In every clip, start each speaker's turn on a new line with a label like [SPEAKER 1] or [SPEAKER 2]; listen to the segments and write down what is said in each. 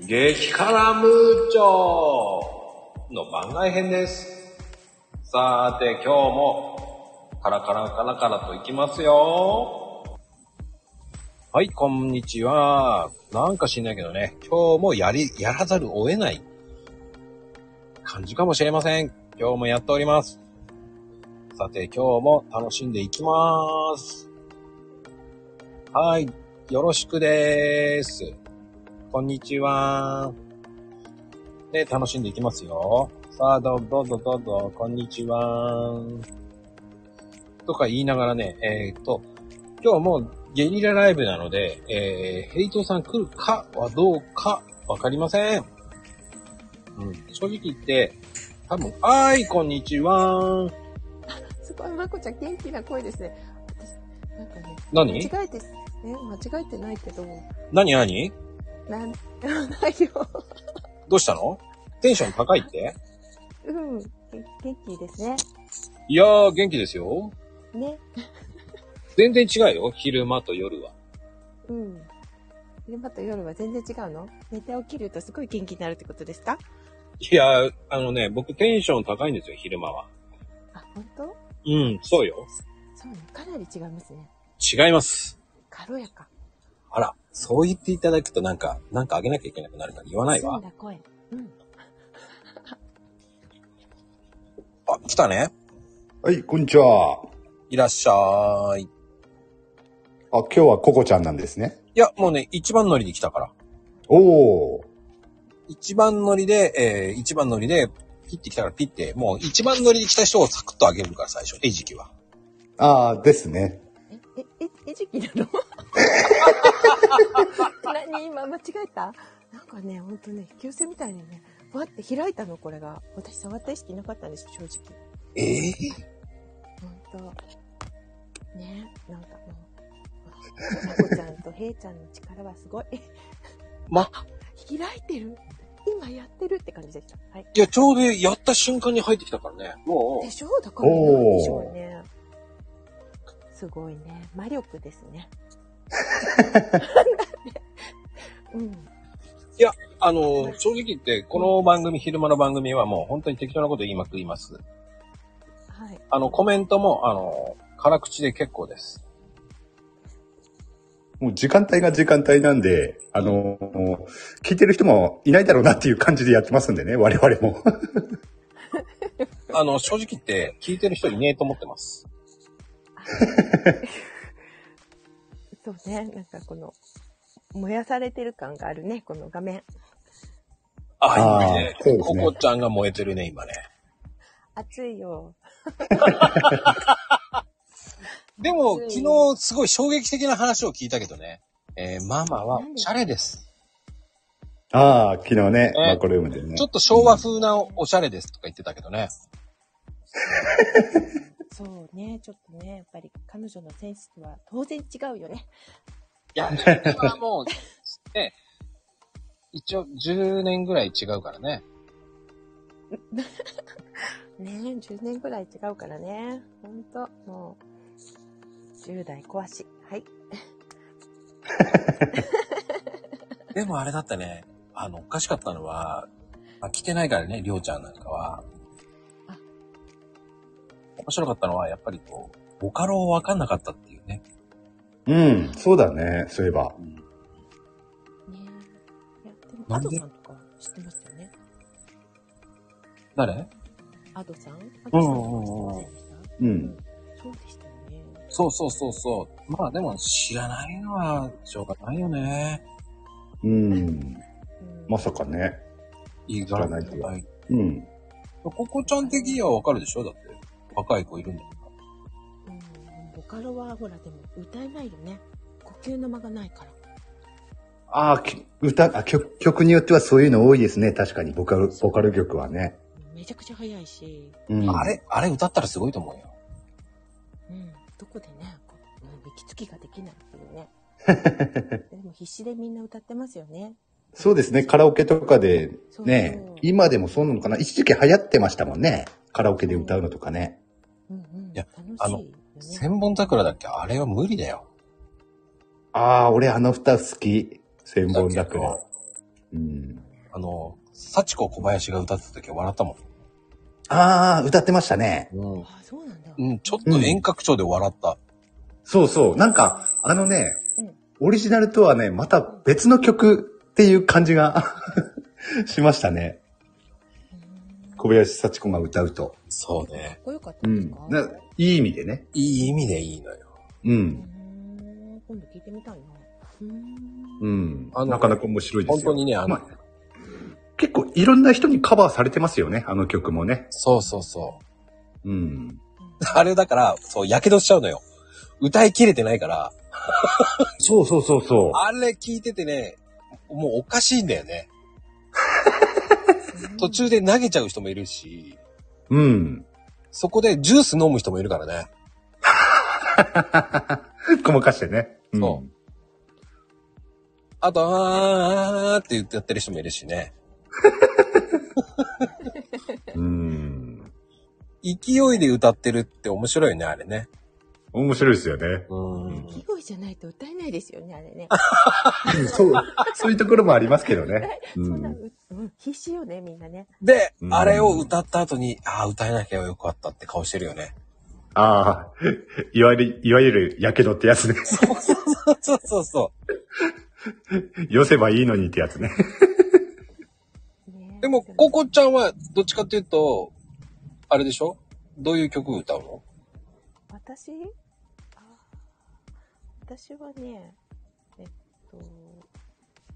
[SPEAKER 1] 激辛ムーチョの番外編です。さーて、今日も、カラカラカラカラといきますよ。はい、こんにちは。なんか知んないけどね、今日もやり、やらざるを得ない感じかもしれません。今日もやっております。さて、今日も楽しんでいきます。はい、よろしくです。こんにちは。で、楽しんでいきますよ。さあ、どうどうぞどうぞ、こんにちは。とか言いながらね、えーっと、今日もうゲリラライブなので、えー、ヘイトさん来るかはどうかわかりません。うん、正直言って、多分、はーい、こんにちは。
[SPEAKER 2] すごい、まこちゃん元気な声ですね。私なんかね、
[SPEAKER 1] 何
[SPEAKER 2] 間違えて、え、間違えてないけど、
[SPEAKER 1] 何何
[SPEAKER 2] なん、 ないよ。
[SPEAKER 1] どうしたのテンション高いって
[SPEAKER 2] うん。元気ですね。
[SPEAKER 1] いやー、元気ですよ。
[SPEAKER 2] ね。
[SPEAKER 1] 全然違うよ、昼間と夜は。
[SPEAKER 2] うん。昼間と夜は全然違うの寝て起きるとすごい元気になるってことですか
[SPEAKER 1] いや、あのね、僕テンション高いんですよ、昼間は。
[SPEAKER 2] あ、本当
[SPEAKER 1] うん、そうよ。
[SPEAKER 2] そうね。かなり違いますね。
[SPEAKER 1] 違います。
[SPEAKER 2] 軽やか。
[SPEAKER 1] あら、そう言っていただくとなんか、なんかあげなきゃいけなくなるから言わない
[SPEAKER 2] 澄
[SPEAKER 1] わ
[SPEAKER 2] ん。だ声。うん。
[SPEAKER 1] あ、来たね。
[SPEAKER 3] はい、こんにちは。あ、
[SPEAKER 1] いらっしゃい。い
[SPEAKER 3] 今日はココちゃんなんですね。
[SPEAKER 1] や、もうね、一番乗りで来たから。
[SPEAKER 3] おー。
[SPEAKER 1] 一番乗りで、えー、一番乗りで、ピッて来たからピッて、もう一番乗りで来た人をサクッとあげるから、最初、餌食は。
[SPEAKER 3] あー、ですね。
[SPEAKER 2] え、え、え、えじきなの 何今間違えたなんかね、ほんとね、引き寄せみたいにね、ふわって開いたの、これが。私触った意識なかったんです、正直。
[SPEAKER 1] えー、
[SPEAKER 2] ほんと。ね、なんかもう、まこちゃんとへいちゃんの力はすごい。
[SPEAKER 1] ま、
[SPEAKER 2] 開いてる今やってるって感じでした。はい。
[SPEAKER 1] いや、ちょうどやった瞬間に入ってきたからね。も
[SPEAKER 2] でしょだからね、
[SPEAKER 3] おー
[SPEAKER 2] なんでしょうね。すごいね。魔力ですね。うん。
[SPEAKER 1] う、いや、あのー、正直言って、この番組、昼間の番組はもう本当に適当なこと言いまくります。
[SPEAKER 2] はい。
[SPEAKER 1] あの、コメントも、あの、辛口で結構です。
[SPEAKER 3] もう時間帯が時間帯なんで、あのー聞いてる人もいないだろうなっていう感じでやってますんでね、我々も。
[SPEAKER 1] あの、正直言って、聞いてる人いねえと思ってます。
[SPEAKER 2] そうね。なんかこの、燃やされてる感があるね、この画面。
[SPEAKER 1] あ、
[SPEAKER 3] あー
[SPEAKER 1] 今ね、
[SPEAKER 3] そうです
[SPEAKER 1] コ
[SPEAKER 3] ね
[SPEAKER 1] コちゃんが燃えてるね、今ね。
[SPEAKER 2] 熱いよ。
[SPEAKER 1] でも、
[SPEAKER 2] うん
[SPEAKER 1] 昨日すごい衝撃的な話を聞いたけどね。えーママはおしゃれです。
[SPEAKER 3] あー、昨日ね、
[SPEAKER 1] え
[SPEAKER 3] マコルームでね。
[SPEAKER 1] ちょっと昭和風なおしゃれですとか言ってたけどね。
[SPEAKER 2] そうね。ちょっとね、やっぱり彼女のセンスとは当然違うよね。
[SPEAKER 1] い や、それはもう、ね、一応10年ぐらい違うからね。
[SPEAKER 2] ね10年くらい違うからね。ほんと、もう、10代壊し。はい。
[SPEAKER 1] でもあれだったね、あの、おかしかったのは、あ、来てないからね、りょうちゃんなんかは
[SPEAKER 2] あ。
[SPEAKER 1] 面白かったのは、やっぱりこう、ボカロをわかんなかったっていうね。
[SPEAKER 3] うん、そうだね、そういえば。
[SPEAKER 2] ねいや、でも、
[SPEAKER 1] な
[SPEAKER 2] ア
[SPEAKER 1] ん
[SPEAKER 2] ド
[SPEAKER 1] で
[SPEAKER 2] さんとか知ってましたよね。
[SPEAKER 1] 誰
[SPEAKER 2] アドさんアドさんとか知ってませんでした
[SPEAKER 3] うん。
[SPEAKER 2] そうでしたよね。
[SPEAKER 1] そうそうそうそう。まあでも知らないのはしょうがないよね。
[SPEAKER 3] うん。
[SPEAKER 2] うん
[SPEAKER 3] まさかね。
[SPEAKER 1] いいか
[SPEAKER 3] 知らないとはうん。
[SPEAKER 1] ここちゃん的にはわかるでしょだって。若い子いるんだか
[SPEAKER 2] うん、ボカロはほらでも歌えないよね呼吸の間がないから
[SPEAKER 3] あー、き歌あ曲、曲によってはそういうの多いですね、確かに、ボカル、ボカル曲はね。
[SPEAKER 2] めちゃくちゃ早いし、
[SPEAKER 3] うん。
[SPEAKER 1] ら。あれ、あれ歌ったらすごいと思うよ。
[SPEAKER 2] うん、どこでねこううん息つきができないって いうねでも必死でみんな歌ってますよね
[SPEAKER 3] そうですね、カラオケとかで
[SPEAKER 2] そう
[SPEAKER 3] ね、今でもそうなのかな一時期流行ってましたもんね。カラオケで歌うのとかね。
[SPEAKER 2] うんうん
[SPEAKER 1] いや
[SPEAKER 2] 楽しい
[SPEAKER 1] あの
[SPEAKER 2] よね
[SPEAKER 1] 千本桜だっけあれは無理だよ。
[SPEAKER 3] ああ、俺あの歌好き。千本
[SPEAKER 1] だけ
[SPEAKER 3] 桜
[SPEAKER 1] ど。
[SPEAKER 4] うん。
[SPEAKER 1] あの、幸子小林が歌ってた時は笑ったも
[SPEAKER 4] ああ、歌ってましたね。
[SPEAKER 1] ん。うん。
[SPEAKER 2] あ、そうなんだ。
[SPEAKER 1] うん、ちょっと遠隔調で笑った。
[SPEAKER 4] そうそう。なんか、あのね、
[SPEAKER 2] うん
[SPEAKER 4] オリジナルとはね、また別の曲っていう感じが しましたね。小林幸子が歌うと。
[SPEAKER 1] そう
[SPEAKER 2] か
[SPEAKER 1] ね。
[SPEAKER 2] っこよかった
[SPEAKER 4] う
[SPEAKER 2] です
[SPEAKER 4] ん
[SPEAKER 2] か。、
[SPEAKER 4] ないい意味でね。
[SPEAKER 1] いい意味でいいのよ。
[SPEAKER 4] う。
[SPEAKER 2] うんん今度聞いてみたいな。うーん。
[SPEAKER 4] うん。
[SPEAKER 1] あの
[SPEAKER 4] なかなか面白いです
[SPEAKER 1] 本
[SPEAKER 4] よ。
[SPEAKER 1] 当にね、あの
[SPEAKER 4] ま、あ結構いろんな人にカバーされてますよね、あの曲もね。
[SPEAKER 1] そうそうそう。
[SPEAKER 4] うん。
[SPEAKER 1] あれだから、そう、やけどしちゃうのよ。歌いきれてないから、
[SPEAKER 4] そうそうそうそう。
[SPEAKER 1] あれ聞いててね、もうおかしいんだよね。途中で投げちゃう人もいるし、
[SPEAKER 4] うん。
[SPEAKER 1] そこでジュース飲む人もいるからね。
[SPEAKER 4] ごまかしてね。ん
[SPEAKER 1] そあと、あーあーあーって言ってやってる人もいるしね。
[SPEAKER 4] うん。
[SPEAKER 1] 勢いで歌ってるって面白いよね、あれね。
[SPEAKER 4] 面白いですよね。
[SPEAKER 1] う
[SPEAKER 2] うん。
[SPEAKER 1] ん。
[SPEAKER 2] 季語じゃないと歌えないですよね、あれね。
[SPEAKER 4] そう、そういうところもありますけど ね。う
[SPEAKER 2] そんな、
[SPEAKER 4] ん。
[SPEAKER 2] ううん、必死よね、みんなね。
[SPEAKER 1] で
[SPEAKER 4] う、ん
[SPEAKER 1] あれを歌った後に、ああ、歌えなきゃよかったって顔してるよ ね。
[SPEAKER 4] ああ、いわゆる、いわゆる、やけどってやつね。
[SPEAKER 1] そうそうそうそうそ
[SPEAKER 4] 寄せばいいのにってやつね。
[SPEAKER 2] ね
[SPEAKER 1] う。でも、ココちゃんは、どっちかっていうと、あれでしょどういう曲歌うの
[SPEAKER 2] 私あー私はね、えっと、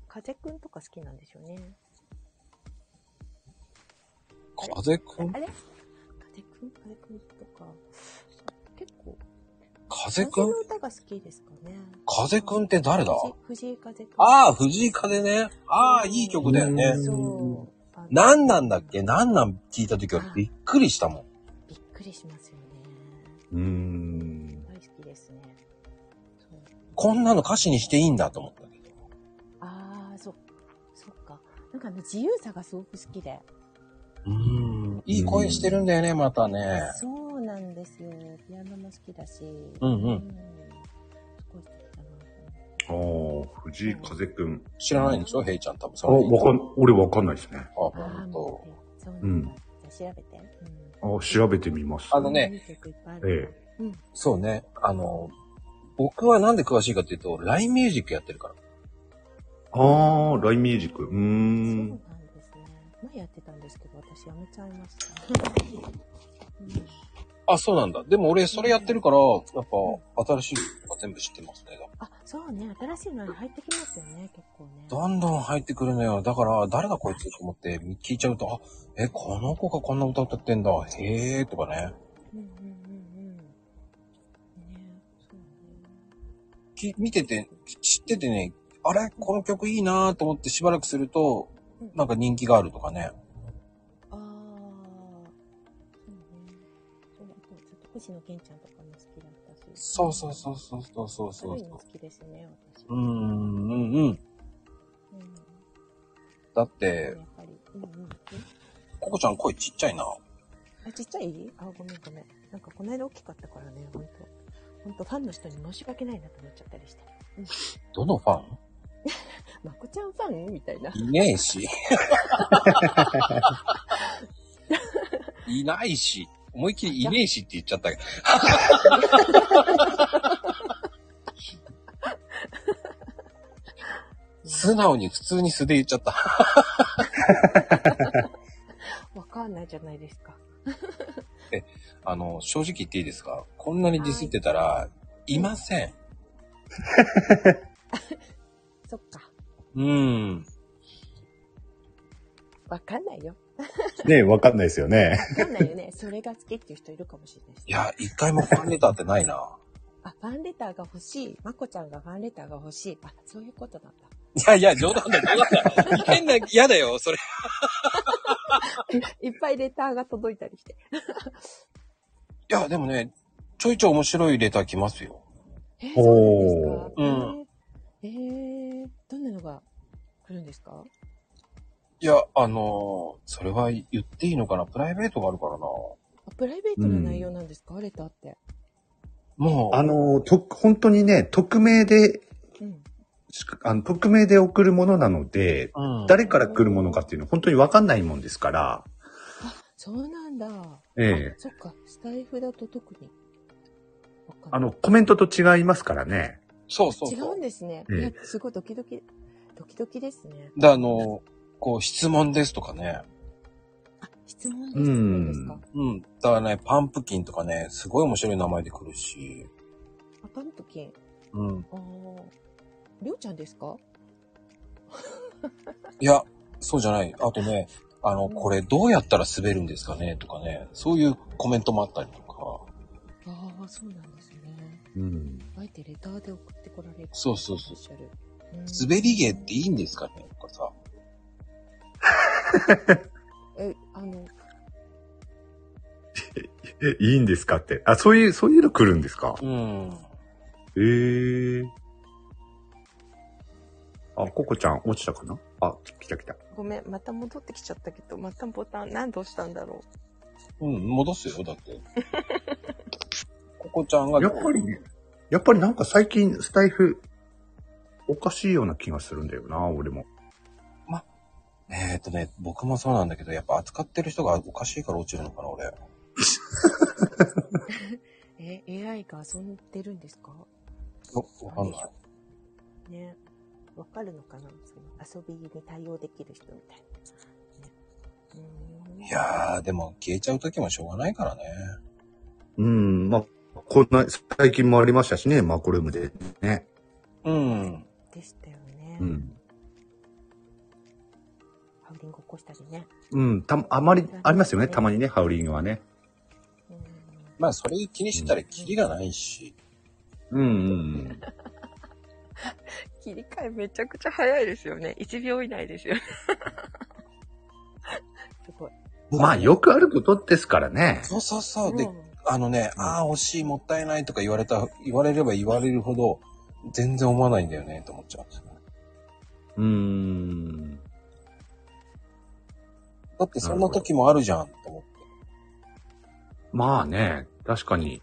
[SPEAKER 2] 風くんとか好きなんでしょうね。
[SPEAKER 1] 風くん
[SPEAKER 2] あれ風くん風くんとか、結構、
[SPEAKER 1] 風く
[SPEAKER 2] 風
[SPEAKER 1] ん
[SPEAKER 2] の歌が好きですかね。
[SPEAKER 1] 風くんって誰だ
[SPEAKER 2] 藤藤井風くん。
[SPEAKER 1] ああ、藤井風ね。ああ、いい曲だよね。
[SPEAKER 2] そう。あの
[SPEAKER 1] なんなんだっけなんなん聞いた時はびっくりしたもん。
[SPEAKER 2] びっくりしますよね。
[SPEAKER 4] うーん。
[SPEAKER 2] 大好きですね。そう
[SPEAKER 1] こんなの歌詞にしていいんだと思ったけど。
[SPEAKER 2] ああ、そ、そっか。なんかあの自由さがすごく好きで。
[SPEAKER 1] うん。いい声してるんだよね、またね。
[SPEAKER 2] そうなんですよ。ピアノも好きだし。
[SPEAKER 1] うんうん
[SPEAKER 2] すごい好きだな
[SPEAKER 4] ああ、藤井風くん。
[SPEAKER 1] 知らないんでしょヘイちゃん多分
[SPEAKER 4] あ、
[SPEAKER 1] その
[SPEAKER 4] わかん、俺わかんないですね。
[SPEAKER 1] あ、
[SPEAKER 2] あ
[SPEAKER 1] ほ
[SPEAKER 2] あ、
[SPEAKER 1] ん
[SPEAKER 2] も
[SPEAKER 1] と
[SPEAKER 2] う。そうなんだ。じゃあ調べて。うん
[SPEAKER 4] あ調べてみます。
[SPEAKER 1] あのね
[SPEAKER 2] いい曲いっぱいあ
[SPEAKER 4] え
[SPEAKER 2] る
[SPEAKER 4] え。
[SPEAKER 2] うん。
[SPEAKER 1] そうね。あの、僕はなんで詳しいかっていうと、LINE ミュージックやってるから。
[SPEAKER 4] ああ、ラインミュージック。うー。
[SPEAKER 2] そうんなんですね。前やってたんですけど、私やめちゃいました。うん
[SPEAKER 1] あ、そうなんだ。でも俺それやってるから、やっぱ新しいのが全部知ってますね。
[SPEAKER 2] あ、そうね。新しいのに入ってきますよね、結構ね。
[SPEAKER 1] どんどん入ってくるのよ。だから、誰だこいつと思って聞いちゃうと、あ、え、この子がこんな歌歌ってんだ。へえーとかね。
[SPEAKER 2] うんうんうんうん。ねそうね。
[SPEAKER 1] き見てて、知っててね、あれこの曲いいなと思ってしばらくすると、なんか人気があるとかね。
[SPEAKER 2] ああ、そうね。そうあと、ちょっと星野源ちゃんとかも好きだったし。
[SPEAKER 1] そうそうそうそうそうそうそ
[SPEAKER 2] そう
[SPEAKER 1] う
[SPEAKER 2] いうの好きですね、私。
[SPEAKER 1] う。ん、うん、うん。
[SPEAKER 2] うん。
[SPEAKER 1] だっ
[SPEAKER 2] や
[SPEAKER 1] て、
[SPEAKER 2] っぱり。うんうん。え
[SPEAKER 1] ココちゃん声ちっちゃいな。
[SPEAKER 2] あ、ちっちゃいあ、ごめんごめん。なんかこの間大きかったからね、ほんと。ほんと、ファンの人に申し訳ないなと思っちゃったりして。
[SPEAKER 1] どのファ
[SPEAKER 2] まこちゃんファンみたいな。
[SPEAKER 1] ンいねえし。いないし。思いっきりいねえしって言っちゃったけど。 素直に普通に素で言っちゃった。
[SPEAKER 2] わかんないじゃないですか。
[SPEAKER 1] あの、正直言っていいですかこんなにディスってたら、い、ません。
[SPEAKER 2] そっか。
[SPEAKER 1] うん。
[SPEAKER 2] わかんないよ。
[SPEAKER 4] ねえわかんないですよね。
[SPEAKER 2] わかんない よね。それが好きっていう人いるかもしれないし。
[SPEAKER 1] いや、一回もファンレターってないな。
[SPEAKER 2] あ、ファンレターが欲しい。まこちゃんがファンレターが欲しい。あ、そういうことなんだ。
[SPEAKER 1] いやいや、冗談だよ、冗談だよ。変な、嫌だよ、それ。
[SPEAKER 2] いっぱいレターが届いたりして。
[SPEAKER 1] いや、でもね、ちょいちょい面白いレター来ますよ。
[SPEAKER 2] えー、
[SPEAKER 4] おー
[SPEAKER 2] そ
[SPEAKER 1] う
[SPEAKER 2] うなんですか。えー、えーどんなのが来るんですか
[SPEAKER 1] いや、あのーそれは言っていいのかなプライベートがあるからな。も
[SPEAKER 2] あプライベートの内容なんですか、レターって。
[SPEAKER 1] う、
[SPEAKER 4] あの、と、本当にね、匿名で
[SPEAKER 2] うん。
[SPEAKER 4] しかあの匿名で送るものなので、
[SPEAKER 1] うん
[SPEAKER 4] 誰から来るものかっていうのは本当にわかんないもんですから、
[SPEAKER 2] そうなんだ。
[SPEAKER 4] ええ
[SPEAKER 2] そっか、スタイフだと特に。わかんない
[SPEAKER 4] あの、、コメントと違いますからね。
[SPEAKER 1] そうそう
[SPEAKER 2] 違
[SPEAKER 1] そう
[SPEAKER 2] うん。ですね。
[SPEAKER 4] ええ
[SPEAKER 2] いや、すごいドキドキ、ドキドキですね。
[SPEAKER 1] で、あの、こう、質問ですとかね。
[SPEAKER 2] あ、質問です。ど
[SPEAKER 4] う
[SPEAKER 2] うです
[SPEAKER 4] ん
[SPEAKER 2] か。
[SPEAKER 1] うん。だからね、パンプキンとかね、すごい面白い名前で来るし。
[SPEAKER 2] あ、パンプキン。
[SPEAKER 1] うん。
[SPEAKER 2] ああ。りょうちゃんですか
[SPEAKER 1] いや、そうじゃない。あとね、あの、これどうやったら滑るんですかねとかね、そういうコメントもあったりとか。
[SPEAKER 2] ああ、そうなんですね。
[SPEAKER 4] うん。
[SPEAKER 2] あえてレターで送ってこられる。
[SPEAKER 1] そうそうそう
[SPEAKER 2] いらっしゃる。うん
[SPEAKER 1] 滑り芸っていいんですかねとかさ。
[SPEAKER 2] え、あの、
[SPEAKER 4] え、いいんですかって。あ、そういう、そういうの来るんですか
[SPEAKER 1] うん。
[SPEAKER 4] ええあ、ココちゃん落ちたかなあ、来た来た。
[SPEAKER 2] ごめん、また戻ってきちゃったけど、またボタン、何度押したんだろ
[SPEAKER 1] うん、戻すよ、だ って。ここちゃんが、
[SPEAKER 4] やっぱりね、やっぱりなんか最近スタイフ、おかしいような気がするんだよな、俺も。
[SPEAKER 1] えーっとね、僕もそうなんだけど、やっぱ扱ってる人がおかしいから落ちるのかな、俺。
[SPEAKER 2] う。え、AI が遊んでるんですか
[SPEAKER 1] わかんない。
[SPEAKER 2] ね。わかるのかなその遊びに対応できる人みたいな。ね、うーん
[SPEAKER 1] いやー、でも消えちゃう時もしょうがないからね。
[SPEAKER 4] うん、まあ、こんな、最近もありましたしね、マコルームでね。
[SPEAKER 1] うん。
[SPEAKER 2] でしたよね。
[SPEAKER 4] うん。
[SPEAKER 2] ハウリング起こしたりね。
[SPEAKER 4] うん、た、あまり、ありますよね、たまにね、ハウリングはね。
[SPEAKER 2] うん
[SPEAKER 1] まあ、それ気にしてたらキリがないし。
[SPEAKER 4] うん、うん、
[SPEAKER 2] 切り替えめちゃくちゃ早いですよね。1秒以内ですよ。 すごい。
[SPEAKER 4] うん。まあ、よくあることですからね。
[SPEAKER 1] そうそうそう。で
[SPEAKER 2] う、ん
[SPEAKER 1] あのね、
[SPEAKER 4] うん
[SPEAKER 1] ああ、惜しい、もったいないとか言われた、言われれば言われるほど、全然思わないんだよね、と思っちゃうんですよね。
[SPEAKER 4] うーん。
[SPEAKER 1] だってそんな時もあるじゃん、と思って。
[SPEAKER 4] まあね、確かに。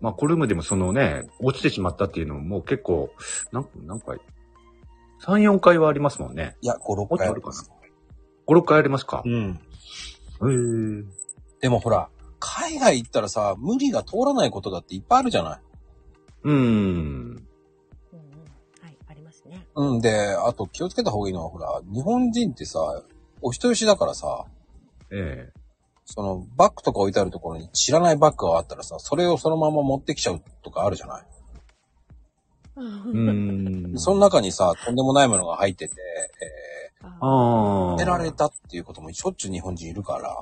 [SPEAKER 4] まあ、コルームでもそのね、落ちてしまったっていうのももう結構、なん何回 ?3、4回はありますもんね。
[SPEAKER 1] いや、5、6回あります。
[SPEAKER 4] 5、6回ありますか
[SPEAKER 1] う。ん。
[SPEAKER 4] へー
[SPEAKER 1] でもほら、海外行ったらさ、無理が通らないことだっていっぱいあるじゃない。
[SPEAKER 4] うー
[SPEAKER 2] う
[SPEAKER 4] ん。
[SPEAKER 2] んうんはい、ありますね。
[SPEAKER 1] うんで、あと気をつけた方がいいのは、ほら、日本人ってさ、お人よしだからさ、
[SPEAKER 4] ええ
[SPEAKER 1] その、バッグとか置いてあるところに知らないバッグがあったらさ、それをそのまま持ってきちゃうとかあるじゃない。
[SPEAKER 4] うーん。
[SPEAKER 1] その中にさ、とんでもないものが入ってて、
[SPEAKER 2] あ
[SPEAKER 1] え
[SPEAKER 4] ああ。
[SPEAKER 1] ー、捨てられたっていうこともしょっちゅう日本人いるから、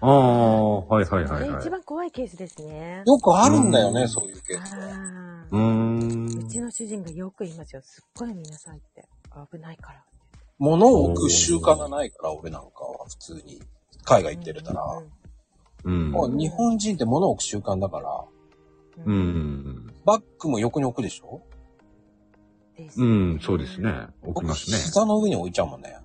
[SPEAKER 4] ああ、はいはい
[SPEAKER 2] あ
[SPEAKER 4] は
[SPEAKER 2] れ
[SPEAKER 4] いはい。
[SPEAKER 2] 一
[SPEAKER 4] う
[SPEAKER 2] 番怖いケースですね。
[SPEAKER 1] よくあるんだよね、
[SPEAKER 4] うん
[SPEAKER 1] そういうケースは。
[SPEAKER 2] あ
[SPEAKER 4] ー
[SPEAKER 2] ー
[SPEAKER 4] ん
[SPEAKER 2] う。ちの主人がよく言いますよ。すっごい見なさいって。危ないからって。
[SPEAKER 1] 物を置く習慣がないから、俺なんかは普通に海外行ってるから、
[SPEAKER 4] うん。
[SPEAKER 1] もう日本人って物を置く習慣だから、
[SPEAKER 4] う
[SPEAKER 2] うんん。
[SPEAKER 1] バッグも横に置くでしょ
[SPEAKER 2] です
[SPEAKER 4] う
[SPEAKER 2] ね
[SPEAKER 4] ん。うん、そうです。ね。置きますね。
[SPEAKER 1] 膝の上に置いちゃうもんね。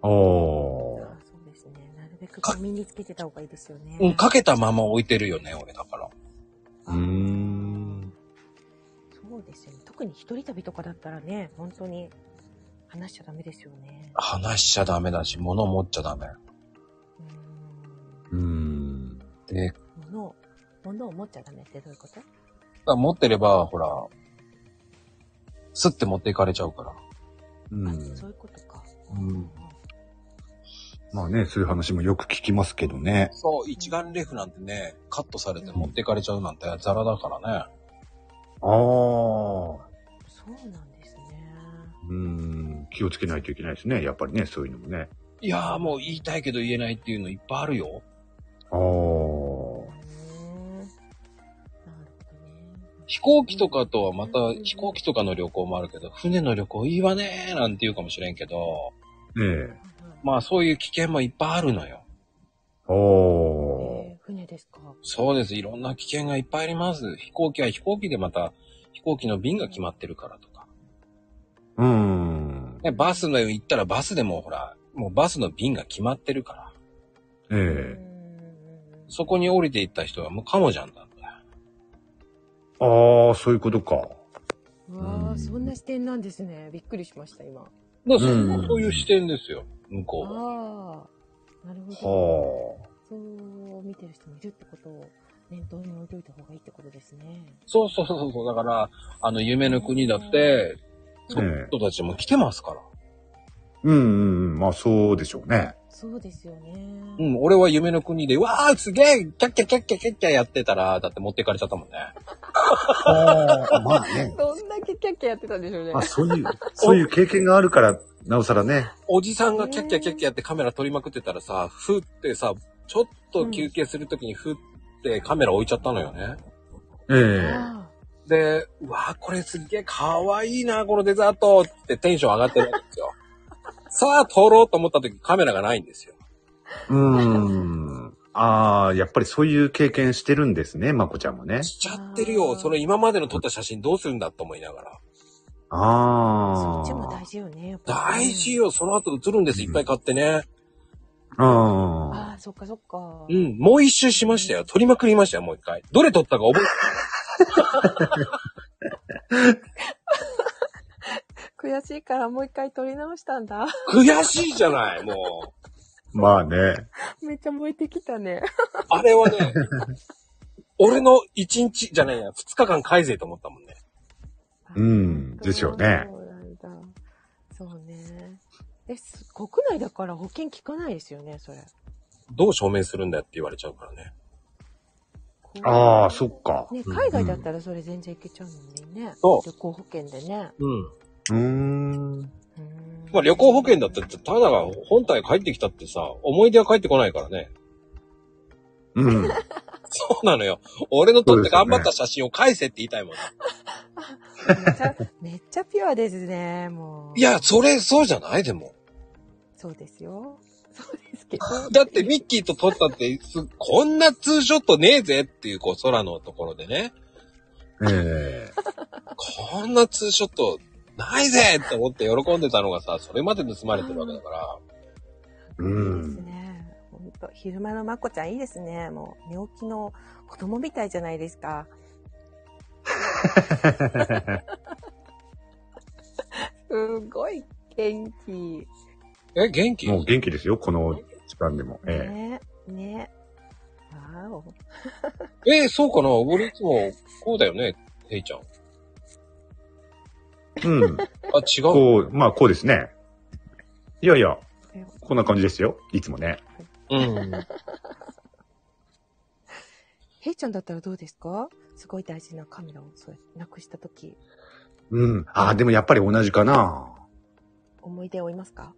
[SPEAKER 4] あ
[SPEAKER 2] あ
[SPEAKER 4] あ。
[SPEAKER 2] そうですね。なるべくこう身につけてた方がいいですよね。
[SPEAKER 1] うん、かけたまま置いてるよね、俺だから。
[SPEAKER 4] うーん。
[SPEAKER 2] そうですよね。特に一人旅とかだったらね、本当に話しちゃダメですよね。
[SPEAKER 1] 話しちゃダメだし、物持っちゃダメ。
[SPEAKER 4] うーん。
[SPEAKER 1] で、だか
[SPEAKER 2] うん。物を、物を持っちゃダメってどういうこと
[SPEAKER 1] ら持ってれば、ほら、スッて持っていかれちゃうから。
[SPEAKER 4] う
[SPEAKER 2] あ
[SPEAKER 4] ん。
[SPEAKER 2] そういうことか。
[SPEAKER 4] うんまあね、そういう話もよく聞きますけどね。
[SPEAKER 1] そう、一眼レフなんてね、カットされて持っていかれちゃうなんてザラだからね。
[SPEAKER 4] ああ。
[SPEAKER 2] そうなんですね。
[SPEAKER 4] うん。気をつけないといけないですね。やっぱりね、そういうのもね。
[SPEAKER 1] いやーもう言いたいけど言えないっていうのいっぱいあるよ。
[SPEAKER 4] あ
[SPEAKER 2] う
[SPEAKER 4] あ。
[SPEAKER 2] ん。なるほどね。
[SPEAKER 1] 飛行機とかとはまた、飛行機とかの旅行もあるけど、船の旅行いいわねーなんて言うかもしれんけど、
[SPEAKER 4] ねえ。
[SPEAKER 1] まあそういう危険もいっぱいあるのよ。
[SPEAKER 4] ああ。
[SPEAKER 2] えー船ですか。
[SPEAKER 1] そうです。いろんな危険がいっぱいあります。飛行機は飛行機でまた、飛行機の便が決まってるからとか。
[SPEAKER 4] うーん。
[SPEAKER 1] ね、バスの行ったらバスでもほら、もうバスの便が決まってるから。
[SPEAKER 4] ええ。
[SPEAKER 1] そこに降りて行った人はもうカモジャンなんだよ。
[SPEAKER 4] ああ、そういうことか。
[SPEAKER 2] ううわ
[SPEAKER 4] う
[SPEAKER 2] あ、
[SPEAKER 4] ん
[SPEAKER 2] そんな視点なんですね。びっくりしました、今。
[SPEAKER 1] だから
[SPEAKER 4] うん
[SPEAKER 1] そうそういう視点ですよ、向こうは。
[SPEAKER 2] ああ、なるほど。
[SPEAKER 4] はあ。
[SPEAKER 2] そう見てる人もいるってことを念頭に置いといた方がいいってことですね。
[SPEAKER 1] そうそうそうそう、だから、あの、夢の国だって、その人たちも来てますから。
[SPEAKER 4] うんうんうん。まあそうでしょうね。
[SPEAKER 2] そうですよね。
[SPEAKER 1] うん、俺は夢の国で、わーすげえキャッキャキャッキャキャッキャやってたら、だって持ってかれちゃったもんね。
[SPEAKER 4] はあ。まあね。
[SPEAKER 2] どんだけキャッキャやってたんでしょうね
[SPEAKER 4] まあそういう、そういう経験があるから、なおさらね。
[SPEAKER 1] おじさんがキャッキャキャッキャやってカメラ撮りまくってたらさ、ふってさ、ちょっと休憩するときにふってカメラ置いちゃったのよね。
[SPEAKER 4] ええ
[SPEAKER 2] あ
[SPEAKER 1] で、うわーこれすっげえかわいいな、このデザートってテンション上がってるわけですよ。さあ、撮ろうと思ったときカメラがないんですよ。
[SPEAKER 4] うーん。ああ、やっぱりそういう経験してるんですね、まこちゃんもね。
[SPEAKER 1] しちゃってるよ。その今までの撮った写真どうするんだと思いながら。
[SPEAKER 2] あ。そ
[SPEAKER 4] あ
[SPEAKER 2] っちも
[SPEAKER 4] あ
[SPEAKER 2] 大。事よね。やっぱりね
[SPEAKER 1] 大事よ。その後映るんです。いっぱい買ってね。
[SPEAKER 4] あ
[SPEAKER 2] ああ、そっかそっか。
[SPEAKER 1] うん。もう一周しましたよ。撮りまくりましたよ、もう一回。どれ撮ったか覚え
[SPEAKER 2] 悔しいからもう一回撮り直したんだ。
[SPEAKER 1] 悔しいじゃない、もう。
[SPEAKER 4] まあね。
[SPEAKER 2] めっちゃ燃えてきたね。
[SPEAKER 1] あれはね、俺の一日じゃないや、二日間返せと思ったもんね。
[SPEAKER 4] うんでしょうね
[SPEAKER 2] そうなんだ。そうね。え、す国内だから保険効かないですよね、それ。
[SPEAKER 1] どう証明するんだよって言われちゃうからね。
[SPEAKER 4] ああ、そっか。
[SPEAKER 2] ね、海外だった
[SPEAKER 4] ら。
[SPEAKER 2] らそれ全然いけちゃうのにね。
[SPEAKER 1] そう
[SPEAKER 2] 旅行保険でね。
[SPEAKER 1] うん。
[SPEAKER 4] うーん。
[SPEAKER 2] うーん
[SPEAKER 1] まあ旅行保険だって、ただが本体帰ってきたってさ、思い出は帰ってこないからね。
[SPEAKER 4] うん。
[SPEAKER 1] そうなのよ。俺の撮って頑張った写真を返せって言いたいもん。
[SPEAKER 2] めっちゃ、めっちゃピュアですね、もう。
[SPEAKER 1] いや、それそうじゃないでも。
[SPEAKER 2] そうですよ。そうですけど。
[SPEAKER 1] だってミッキーと撮ったって、すこんなツーショットねえぜっていう、こう空のところでね。
[SPEAKER 4] ええ
[SPEAKER 1] こんなツーショットないぜって思って喜んでたのがさ、それまで盗まれてるわけだから。
[SPEAKER 4] う
[SPEAKER 2] いいです
[SPEAKER 4] ん。
[SPEAKER 2] ね。本当昼間のまこちゃんいいですね。もう、寝起きの子供みたいじゃないですか。 すごい元気。
[SPEAKER 1] え、元気
[SPEAKER 4] もう元気ですよ、この時間でも。え
[SPEAKER 2] ね。ね。わーお。
[SPEAKER 1] えーそうかな俺いつもこうだよね、ヘイちゃん。
[SPEAKER 4] えうん。
[SPEAKER 1] あ、違う。
[SPEAKER 4] こう、まあこうですね。いやいや、
[SPEAKER 2] え
[SPEAKER 4] こんな感じですよ。いつもね。
[SPEAKER 1] うん。
[SPEAKER 2] ヘイちゃんだったらどうですかすごい大事なカメラをそうなくしたとき、
[SPEAKER 4] うん。ああ、でもやっぱり同じかな。
[SPEAKER 2] 思い出を追いますか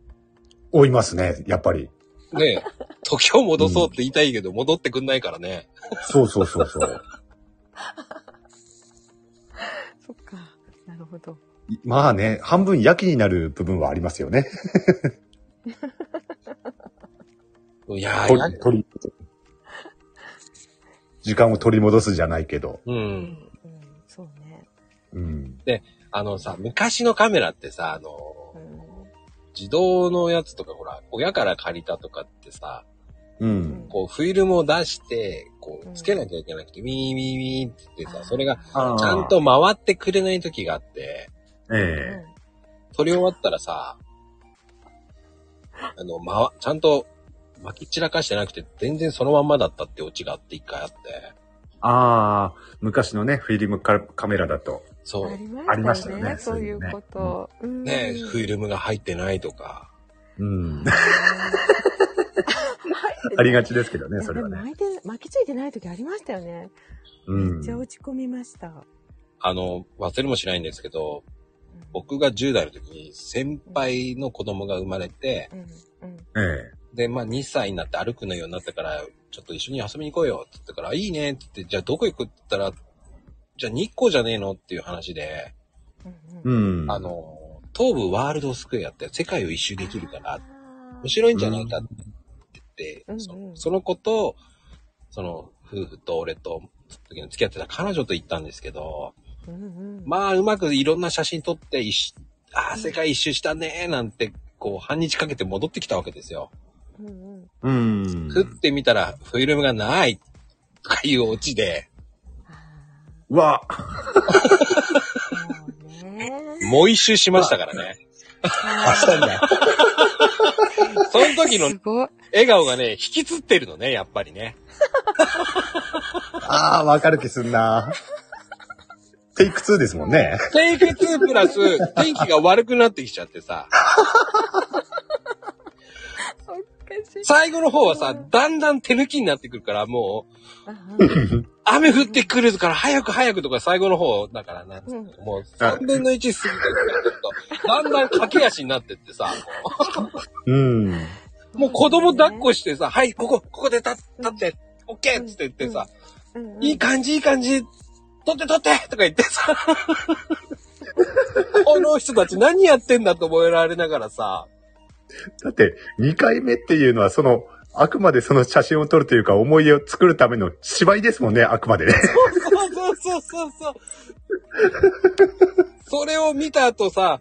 [SPEAKER 4] 追いますね、やっぱり。
[SPEAKER 1] ねえ、時を戻そうって言いたいけど、戻ってくんないからね。
[SPEAKER 4] そうそうそうそう。
[SPEAKER 2] そっか。なるほど。
[SPEAKER 4] まあね、半分やきになる部分はありますよね。
[SPEAKER 1] いやー、
[SPEAKER 4] 取
[SPEAKER 1] や
[SPEAKER 4] り、取り、時間を取り戻すじゃないけど。
[SPEAKER 1] う。
[SPEAKER 2] うんん。うん、そうね。
[SPEAKER 4] うん。
[SPEAKER 1] あのさ、昔のカメラってさ、あの
[SPEAKER 2] う、。
[SPEAKER 1] 自動のやつとか、ほら、親から借りたとかってさ、
[SPEAKER 4] うんん。
[SPEAKER 1] こう、フィルムを出して、こ
[SPEAKER 2] う
[SPEAKER 1] う、
[SPEAKER 2] ん
[SPEAKER 1] つけなきゃいけなくて、ミーミーミーって言って
[SPEAKER 2] あ
[SPEAKER 1] さ、
[SPEAKER 2] ー
[SPEAKER 1] それが、ち
[SPEAKER 4] あー
[SPEAKER 1] ゃんと回ってくれない時があって、
[SPEAKER 2] う
[SPEAKER 4] え
[SPEAKER 2] ん。
[SPEAKER 4] え
[SPEAKER 1] 撮り終わったらさ、あの、まわ、ちゃんと、巻き散らかしてなくて、全然そのまんまだったってオチがあって、一回あって。
[SPEAKER 4] ああ、昔のね、フィルムカカメラだと。
[SPEAKER 1] そう。
[SPEAKER 2] ありましたよね。
[SPEAKER 4] ありました
[SPEAKER 2] そう
[SPEAKER 4] よね
[SPEAKER 2] いうこと。うん
[SPEAKER 1] ねえ、 フィルムが入ってないとか。
[SPEAKER 4] うん。
[SPEAKER 2] 入ってない
[SPEAKER 4] ありがちですけど
[SPEAKER 2] い
[SPEAKER 4] ね、
[SPEAKER 2] や
[SPEAKER 4] それは
[SPEAKER 2] でも
[SPEAKER 4] ね。
[SPEAKER 2] 巻いて巻きついてない時ありましたよね。
[SPEAKER 4] うん
[SPEAKER 2] めっち。ゃ落ち込みました。
[SPEAKER 1] あの、忘れもしないんですけど、僕が10代の時に先輩の子供が生まれて、
[SPEAKER 2] うん、うん、
[SPEAKER 4] ええ。
[SPEAKER 1] で、まあ2歳になって歩くのようになったから、ちょっと一緒に遊びに行こうよって言ったから、いいねって言って、じゃあどこ行くって言ったら、じゃあ日光じゃねえのっていう話で、
[SPEAKER 2] うん、うん。
[SPEAKER 4] うん。
[SPEAKER 1] あ、の、東武ワールドスクエアって世界を一周できるから、
[SPEAKER 2] あ
[SPEAKER 1] 面
[SPEAKER 2] ー
[SPEAKER 1] 白いんじゃないかって言って、
[SPEAKER 2] うん
[SPEAKER 1] そ
[SPEAKER 2] うん
[SPEAKER 1] その子と、その夫婦と俺と、その時の付き合ってた彼女と行ったんですけど、
[SPEAKER 2] うん、うん。
[SPEAKER 1] まあうまくいろんな写真撮って一周、ああ、世界一周したねーなんて、こう半日かけて戻ってきたわけですよ。
[SPEAKER 2] うん、 うん。
[SPEAKER 4] うん。
[SPEAKER 1] 食ってみたらフィルムがないとかいうオチで、
[SPEAKER 2] あ
[SPEAKER 4] うわ、
[SPEAKER 2] ーもうねね。
[SPEAKER 1] もう一周しましたから ね。
[SPEAKER 4] あ、したんだ。
[SPEAKER 1] その時の
[SPEAKER 5] すごい。
[SPEAKER 1] 笑顔がね、引きつってるのね、やっぱりね。
[SPEAKER 4] ああ、わかる気すんな。テイク2ですもんね。
[SPEAKER 1] テイク2プラス、天気が悪くなってきちゃってさ、
[SPEAKER 2] おかしい。
[SPEAKER 1] 最後の方はさ、だんだん手抜きになってくるから、もう、
[SPEAKER 2] あ
[SPEAKER 1] 雨降ってくるから早く早くとか最後の方だからな、
[SPEAKER 2] うん
[SPEAKER 1] もう3分の1過ぎてるからちょっと、だんだん駆け足になってってさ、
[SPEAKER 4] うん。
[SPEAKER 1] もう子供抱っこしてさ、はい、ここ、ここで立立って、オッケーっつって言ってさ、
[SPEAKER 2] うんうん
[SPEAKER 1] いい感じ、いい感じ、取って取ってとか言って さ、この人たち何やってんだと思えられながらさ、
[SPEAKER 4] だって、2回目っていうのは、その、あくまでその写真を撮るというか、思い出を作るための芝居ですもんね、あくまでね。
[SPEAKER 1] そうそうそうそうそう。それを見た後さ、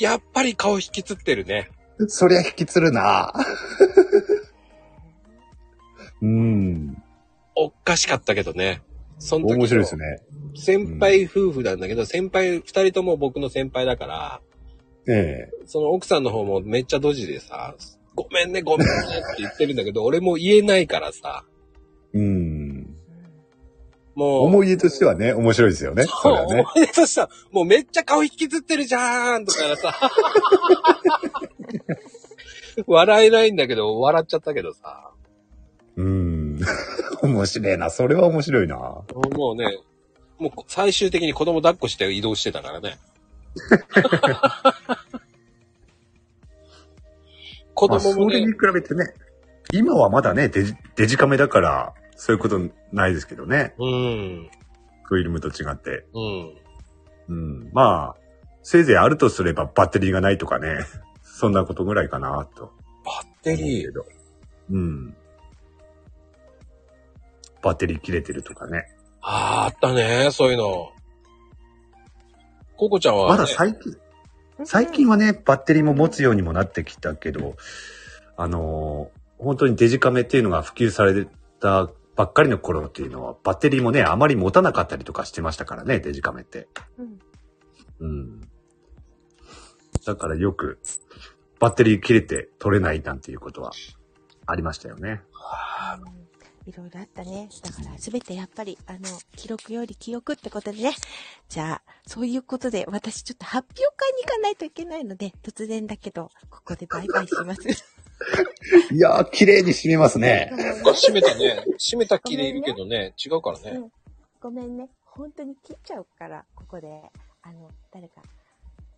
[SPEAKER 1] やっぱり顔引きつってるね。
[SPEAKER 4] そりゃ引きつるな。うん。
[SPEAKER 1] おっかしかったけどね。その時の
[SPEAKER 4] 面白いですね。
[SPEAKER 1] 先輩夫婦なんだけど、先輩、二人とも僕の先輩だから、
[SPEAKER 4] ええ。
[SPEAKER 1] その奥さんの方もめっちゃドジでさ、ごめんね、ごめんねって言ってるんだけど、俺も言えないからさ、
[SPEAKER 4] うん。
[SPEAKER 1] もう。
[SPEAKER 4] 思い出としてはね、面白いですよね。それはね。
[SPEAKER 1] 思い出としたら、もうめっちゃ顔引きずってるじゃーんとかさ。 笑えないんだけど、笑っちゃったけどさ。
[SPEAKER 4] うん。面白いな。それは面白いな。
[SPEAKER 1] もうね、もう最終的に子供抱っこして移動してたから ね。子
[SPEAKER 4] まあ、
[SPEAKER 1] 供
[SPEAKER 4] そ
[SPEAKER 1] も
[SPEAKER 4] れ
[SPEAKER 1] ね
[SPEAKER 4] に比、べてね、今はまだね、デジデジカメだから、そういうことないですけどね。
[SPEAKER 1] うん、
[SPEAKER 4] フィルムと違って。
[SPEAKER 1] うん。
[SPEAKER 4] うん。まあ、せいぜいあるとすればバッテリーがないとかね。 そんなことぐらいかな、と。
[SPEAKER 1] バッテリー。
[SPEAKER 4] ど。うん。バッテリー切れてるとかね。
[SPEAKER 1] あーあったね、そういうの。ココちゃんは、ね、
[SPEAKER 4] まだ最近、最近はね、バッテリーも持つようにもなってきたけど、あのー本当にデジカメっていうのが普及されたばっかりの頃っていうのは、バッテリーもね、あまり持たなかったりとかしてましたからね、デジカメって。
[SPEAKER 2] うん
[SPEAKER 4] うん。だからよく、バッテリー切れて取れないなんていうことはありましたよね。
[SPEAKER 2] うんいろいろあったね。だから、すべてやっぱり、あの、記録より記憶ってことでね。じゃあ、そういうことで、私ちょっと発表会に行かないといけないので、突然だけど、ここでバイバイします。
[SPEAKER 4] いやー、綺麗に締めますね。
[SPEAKER 1] あ閉めたね。閉めた気でいるけどね、違うから
[SPEAKER 2] う
[SPEAKER 1] ね。
[SPEAKER 2] んごめんね。本当に切っちゃうから、ここで、あの、誰か、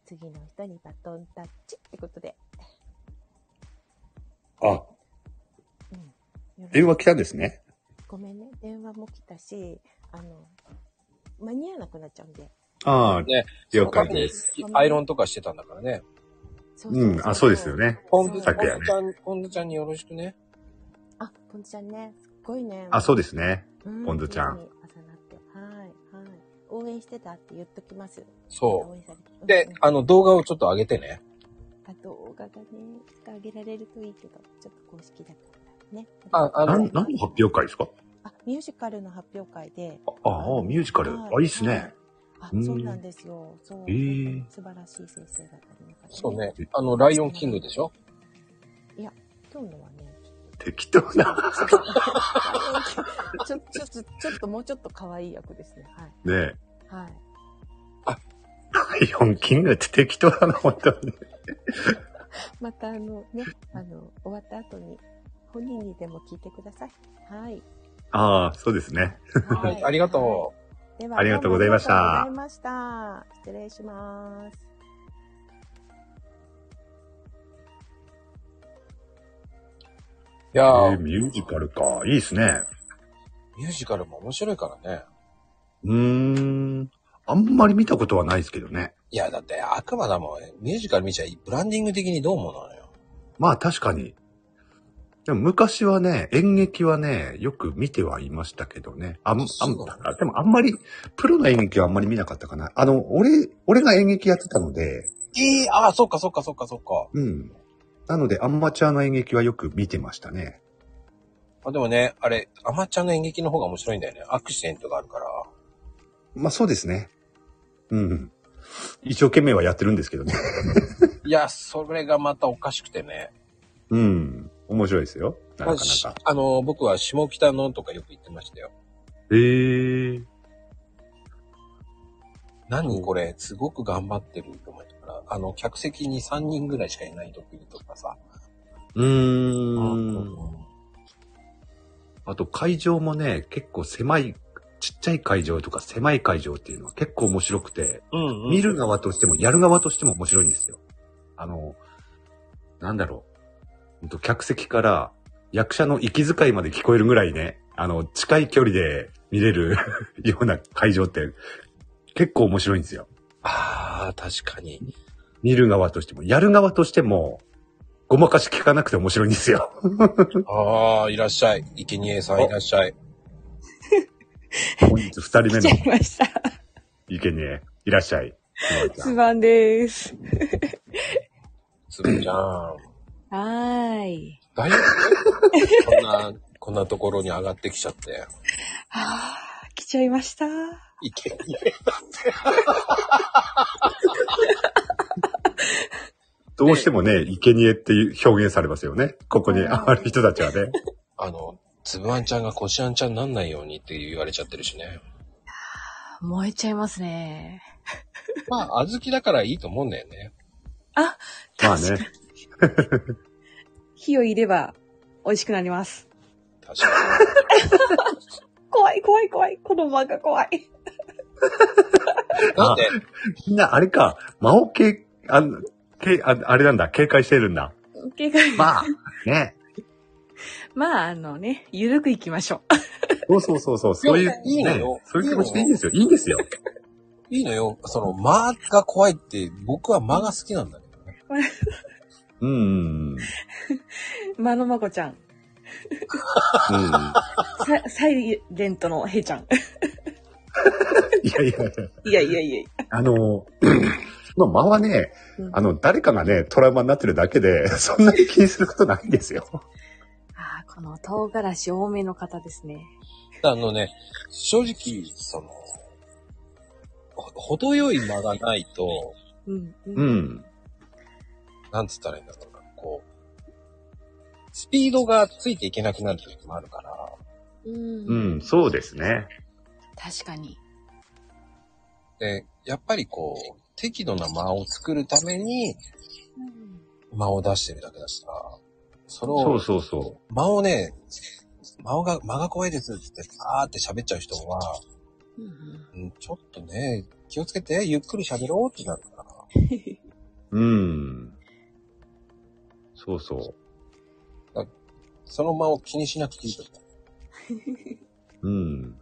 [SPEAKER 2] 次の人にバトンタッチってことで。よろしく
[SPEAKER 4] あ、電話来たんですね。
[SPEAKER 2] ごめんね。電話も来たし、あの、間に合わなくなっちゃうんで。
[SPEAKER 4] ああ、
[SPEAKER 1] ね
[SPEAKER 4] 了解です。
[SPEAKER 1] アイロンとかしてたんだからね。
[SPEAKER 2] そ
[SPEAKER 4] うん、あ、そうですよ。ね。
[SPEAKER 1] ポンドちゃん、
[SPEAKER 4] 昨夜ね
[SPEAKER 1] ポンドちゃんによろしくね。
[SPEAKER 2] あ、ポンドちゃんね。すっごいね。
[SPEAKER 4] あ、そうですね。
[SPEAKER 2] うん
[SPEAKER 4] ポンドちゃん
[SPEAKER 2] 本当に重なって。はい、はい。応援してたって言っときます。
[SPEAKER 1] そ
[SPEAKER 2] 応援されて
[SPEAKER 1] う。で
[SPEAKER 2] うん、
[SPEAKER 1] あの、動画をちょっと上げてね。
[SPEAKER 2] あ動画がね、いつか上げられるといいけど、ちょっと公式だからね。
[SPEAKER 1] ああ
[SPEAKER 4] な
[SPEAKER 1] の
[SPEAKER 4] ん、何の発表会ですか
[SPEAKER 2] あ、ミュージカルの発表会で。
[SPEAKER 4] ああ、ミュージカル。あ、いいっすね。。
[SPEAKER 2] あ
[SPEAKER 4] う、ん
[SPEAKER 2] そうなんですよ。そう。
[SPEAKER 4] へー
[SPEAKER 2] 素晴らしい先生方の中で、
[SPEAKER 1] そうね。あの、ライオンキングでしょ
[SPEAKER 2] 今日のはね、
[SPEAKER 4] 適当な。
[SPEAKER 2] ちょ、ちょ、ちょ、ちょっと もうちょっと可愛い役ですね。はい。
[SPEAKER 4] ね
[SPEAKER 2] はい。
[SPEAKER 4] え。ライオンキングって適当だな、本当に。
[SPEAKER 2] またあのね、あの、終わった後に、本人にでも聞いてください。はい。
[SPEAKER 4] ああ、そうですね。
[SPEAKER 1] は。
[SPEAKER 2] はい
[SPEAKER 1] ありがとう。
[SPEAKER 2] う。では、
[SPEAKER 4] ありがとうございました
[SPEAKER 2] どうもありがとうございました。失礼します。
[SPEAKER 1] いや
[SPEAKER 4] え
[SPEAKER 1] ー
[SPEAKER 4] ー、ミュージカルか。いいっすね。
[SPEAKER 1] ミュージカルも面白いからね。
[SPEAKER 4] うーん。あんまり見たことはないですけどね。
[SPEAKER 1] いや、だって悪魔だもん。ミュージカル見ちゃいブランディング的にどうもなのよ。
[SPEAKER 4] まあ確かに。でも昔はね、演劇はね、よく見てはいましたけどね。あん、あん、だからでもあんまり、プロの演劇はあんまり見なかったかな。あの、俺、俺が演劇やってたので、
[SPEAKER 1] ええああ、そっかそっかそっかそっか。
[SPEAKER 4] うん。なので、アマチュアの演劇はよく見てましたね。
[SPEAKER 1] あでもね、あれ、アマチュアの演劇の方が面白いんだよね。アクシデントがあるから。
[SPEAKER 4] まあそうですね。うん。一生懸命はやってるんですけどね。
[SPEAKER 1] いや、それがまたおかしくてね。
[SPEAKER 4] うん。面白いですよ。な
[SPEAKER 1] ま
[SPEAKER 4] か
[SPEAKER 1] あ
[SPEAKER 4] な
[SPEAKER 1] し
[SPEAKER 4] か。
[SPEAKER 1] あの、僕は下北のとかよく言ってましたよ。
[SPEAKER 4] えー。
[SPEAKER 1] 何これ、すごく頑張ってると思いながら、あの、客席に3人ぐらいしかいない時とかさ。
[SPEAKER 4] う
[SPEAKER 1] う
[SPEAKER 4] ーん。あと会場もね、結構狭い、ちっちゃい会場とか狭い会場っていうのは結構面白くて、
[SPEAKER 1] うん、
[SPEAKER 4] 見る側としてもやる側としても面白いんですよ。あの、なんだろう。ほんと客席から役者の息遣いまで聞こえるぐらいね、あの、近い距離で見れる ような会場って結構面白いんですよ。
[SPEAKER 1] ああ、確かに。
[SPEAKER 4] 見る側としても、やる側としても、ごまかし聞かなくて面白いんで すよ。
[SPEAKER 1] ああ、いらっしゃい。生贄さんいらっしゃい。
[SPEAKER 4] 本日二人目
[SPEAKER 2] 来ちゃ
[SPEAKER 4] の
[SPEAKER 2] いました。
[SPEAKER 4] 池にいらっし ゃい。
[SPEAKER 2] つばんです。
[SPEAKER 1] つぶちゃん。
[SPEAKER 2] はーい。
[SPEAKER 1] 大丈夫こんな、こんなところに上がってきちゃって。
[SPEAKER 2] ああ、来ちゃいました。
[SPEAKER 1] いけない。
[SPEAKER 4] どうしてもね、生贄っていう表現されますよね。ここにある人たちは ね。
[SPEAKER 1] あの、つぶあんちゃんがこしあんちゃんになんないようにって言われちゃってるしね。
[SPEAKER 5] 燃えちゃいますね。
[SPEAKER 1] まあ、あずきだからいいと思うんだよね。
[SPEAKER 4] まあね。
[SPEAKER 2] 火を入れば美味しくなります。
[SPEAKER 1] 確かに。
[SPEAKER 2] 怖い怖い怖い。この漫画怖い。
[SPEAKER 1] なんで、
[SPEAKER 4] みんな、あれか、魔王系、あの、けああれなんだ、警戒してるんだ。
[SPEAKER 5] 警戒
[SPEAKER 4] まあ、ね。
[SPEAKER 5] まあ、あのね、ゆるくいきましょ
[SPEAKER 4] そうそうそうそう、そういう、
[SPEAKER 1] いいの
[SPEAKER 4] ね
[SPEAKER 1] よ、
[SPEAKER 4] そういう気持ちでいいんですよ。いいんですよ。
[SPEAKER 1] いいのよ。その、間が怖いって、僕は間が好きなんだけどね。
[SPEAKER 4] うんうんうん。う ん。
[SPEAKER 5] う。まのまこちゃん。ササイレントのヘイちゃん。
[SPEAKER 4] いやいやいや。
[SPEAKER 5] いやいやいやい
[SPEAKER 4] あの、 まあ、間はね、あの、誰かがね、トラウマになってるだけで、そんなに気にすることないんですよ。
[SPEAKER 5] や。ああ、この唐辛子多めの方ですね。
[SPEAKER 1] あのね、正直、その、ほ程よい間がないと、
[SPEAKER 5] うん。うん
[SPEAKER 4] うん。
[SPEAKER 1] なんつったらいいんだろうな、こう、スピードがついていけなくなる時もあるから、
[SPEAKER 4] う、
[SPEAKER 5] うん
[SPEAKER 4] そうですね。
[SPEAKER 5] 確かに。
[SPEAKER 1] で、やっぱりこう、適度な間を作るために、間を出してるだけだしさ、それ
[SPEAKER 4] そう
[SPEAKER 1] を、
[SPEAKER 4] そうそ
[SPEAKER 1] 間をね、間が、間が怖いですって、あーって喋っちゃう人は、
[SPEAKER 5] うんうん
[SPEAKER 1] うんちょっとね、気をつけて、ゆっくり喋ろうってなるから。
[SPEAKER 4] う。うん。そうそ
[SPEAKER 1] その間を気にしなくていいと思
[SPEAKER 4] う。うん。
[SPEAKER 5] ね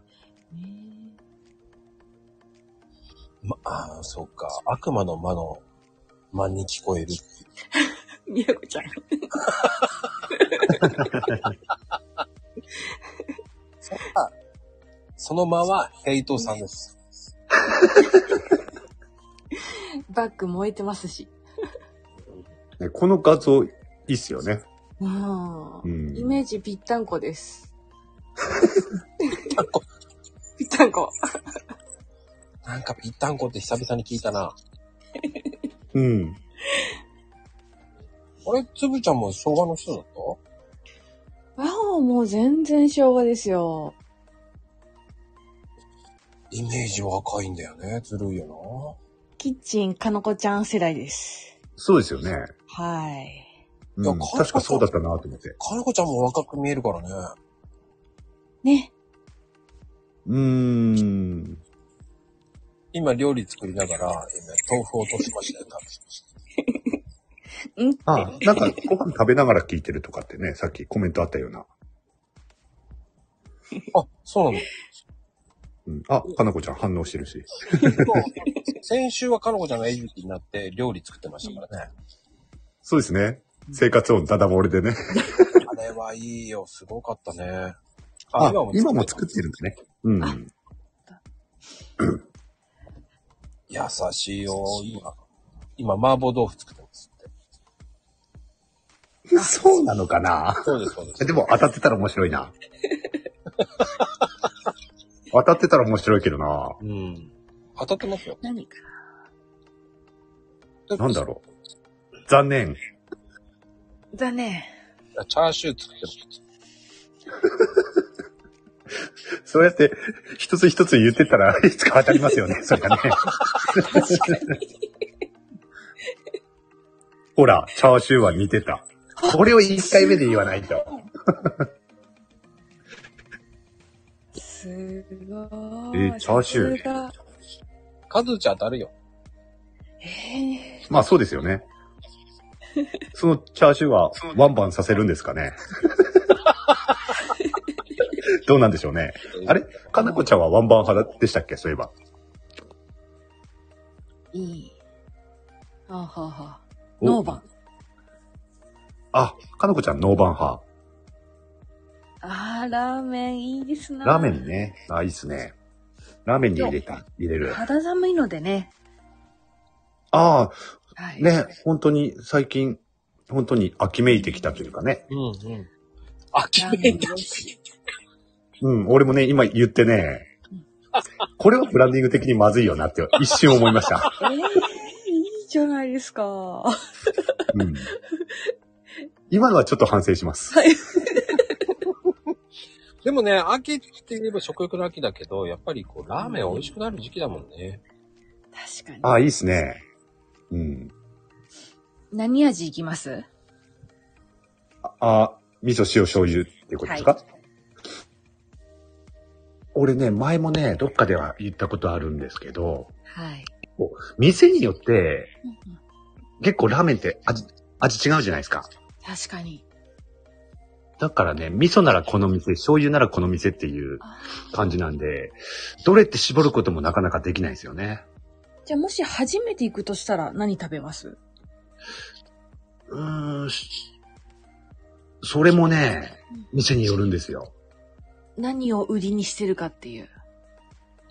[SPEAKER 1] う。ま、ああ、そうか。悪魔の間の間に聞こえる。
[SPEAKER 5] えみやこちゃん。
[SPEAKER 1] それはその間はヘイトさんです。
[SPEAKER 5] バッグ燃えてますし。
[SPEAKER 4] ねこの画像、いいっすよね。
[SPEAKER 5] うん
[SPEAKER 4] う。ん。
[SPEAKER 5] イメージぴったんこです。ぴったんこ。
[SPEAKER 1] なんかぴったんこって久々に聞いたな。
[SPEAKER 4] うん。
[SPEAKER 1] あれ、つぶちゃんも昭和の人だった
[SPEAKER 5] ああ、もう全然生姜ですよ。
[SPEAKER 1] イメージ若いんだよね。ずるいよ
[SPEAKER 5] キッチン、かのこちゃん世代です。
[SPEAKER 4] そうですよね。
[SPEAKER 5] はい。
[SPEAKER 4] う
[SPEAKER 1] いや
[SPEAKER 4] ん、
[SPEAKER 1] か
[SPEAKER 4] 確かそうだったなと思って
[SPEAKER 1] な。。かなこちゃんも若く見えるからね。
[SPEAKER 5] ね。
[SPEAKER 4] うーん。
[SPEAKER 1] 今料理作りながら、今豆腐を落としましたよ。
[SPEAKER 5] うんって。
[SPEAKER 4] あ、なんか、ご飯食べながら聞いてるとかってね、さっきコメントあったような。
[SPEAKER 1] あ、そうなんだ。
[SPEAKER 4] うん。あ、かなこちゃん反応してるし。
[SPEAKER 1] 先週はかのこちゃんがエジプトになって料理作ってましたからね。
[SPEAKER 4] そうですね。生活音ダダ漏れでね。
[SPEAKER 1] あれはいいよ、すごかったね。
[SPEAKER 4] あ、今も作
[SPEAKER 1] る
[SPEAKER 4] ってるんだね。うん。
[SPEAKER 1] 優しいよ、今。今、麻婆豆腐作ってますって。
[SPEAKER 4] そうなのかな
[SPEAKER 1] そうです、そうです。
[SPEAKER 4] でも当たってたら面白い な。当たってたら面白いけどな。
[SPEAKER 1] うん。当たってますよ。
[SPEAKER 5] 何か
[SPEAKER 4] なんだろう。残念。
[SPEAKER 2] だね。
[SPEAKER 1] チャーシュー作っても
[SPEAKER 4] そうやって、一つ一つ言ってたらいつか当たります よね、それがね。ほら、チャーシューは似てた。これを一回目で言わないと。
[SPEAKER 2] すご
[SPEAKER 4] え
[SPEAKER 2] い。
[SPEAKER 4] ーチャーシュー
[SPEAKER 2] さすが
[SPEAKER 1] 数値当たるよ。
[SPEAKER 2] え
[SPEAKER 4] まあそうですよね。そのチャーシューはワンバンさせるんですかね。どうなんでしょうね。あれかなこちゃんはワンバン派でしたっけそういえば。
[SPEAKER 2] ー、いい。はあ、はあはあ、
[SPEAKER 4] お
[SPEAKER 2] ノーバン。
[SPEAKER 4] あ、かなこちゃんノーバン派。
[SPEAKER 2] あー、ラーメンいいですな。
[SPEAKER 4] ラーメンね。あ、いいっすね。ラーメンに入れた、入れる。
[SPEAKER 2] 肌寒いのでね。
[SPEAKER 4] あ
[SPEAKER 2] は
[SPEAKER 4] あ、
[SPEAKER 2] い。
[SPEAKER 4] ね、本当に最近、本当に秋めいてきたというかね。
[SPEAKER 1] うんうん。あ、き
[SPEAKER 2] ラ
[SPEAKER 1] れ
[SPEAKER 2] ーメ
[SPEAKER 1] い
[SPEAKER 2] ン
[SPEAKER 1] だ。
[SPEAKER 2] 美味しい。
[SPEAKER 4] うん、俺もね、今言っ てね、これはブランディング的にまずいよなって一瞬思いました。
[SPEAKER 2] えー、いいじゃないですか。は
[SPEAKER 4] うん、今のはちょっと反省します。
[SPEAKER 2] い。
[SPEAKER 1] でもね、秋って言えば食欲の秋だけど、やっぱりこう、ラーメン美味しくなる時期だもんね。
[SPEAKER 2] 確かに。
[SPEAKER 4] ああ、いいですね。うん。
[SPEAKER 2] 何味いきます
[SPEAKER 4] あ、味噌、塩、醤油ってことですか、
[SPEAKER 2] は
[SPEAKER 4] 俺ね、前もね、どっかでは言ったことあるんですけど、
[SPEAKER 2] はい。
[SPEAKER 4] 店によって、結構ラーメンって味、味違うじゃないですか。
[SPEAKER 2] 確かに。
[SPEAKER 4] だからね、味噌ならこの店、醤油ならこの店っていう
[SPEAKER 2] あ
[SPEAKER 4] 感じなんで、どれって絞ることもなかなかできないですよね。
[SPEAKER 2] じゃあもし初めて行くとしたら何食べます
[SPEAKER 4] うーん、しそれもね、店によるんですよ。
[SPEAKER 2] 何を売りにしてるかっていう。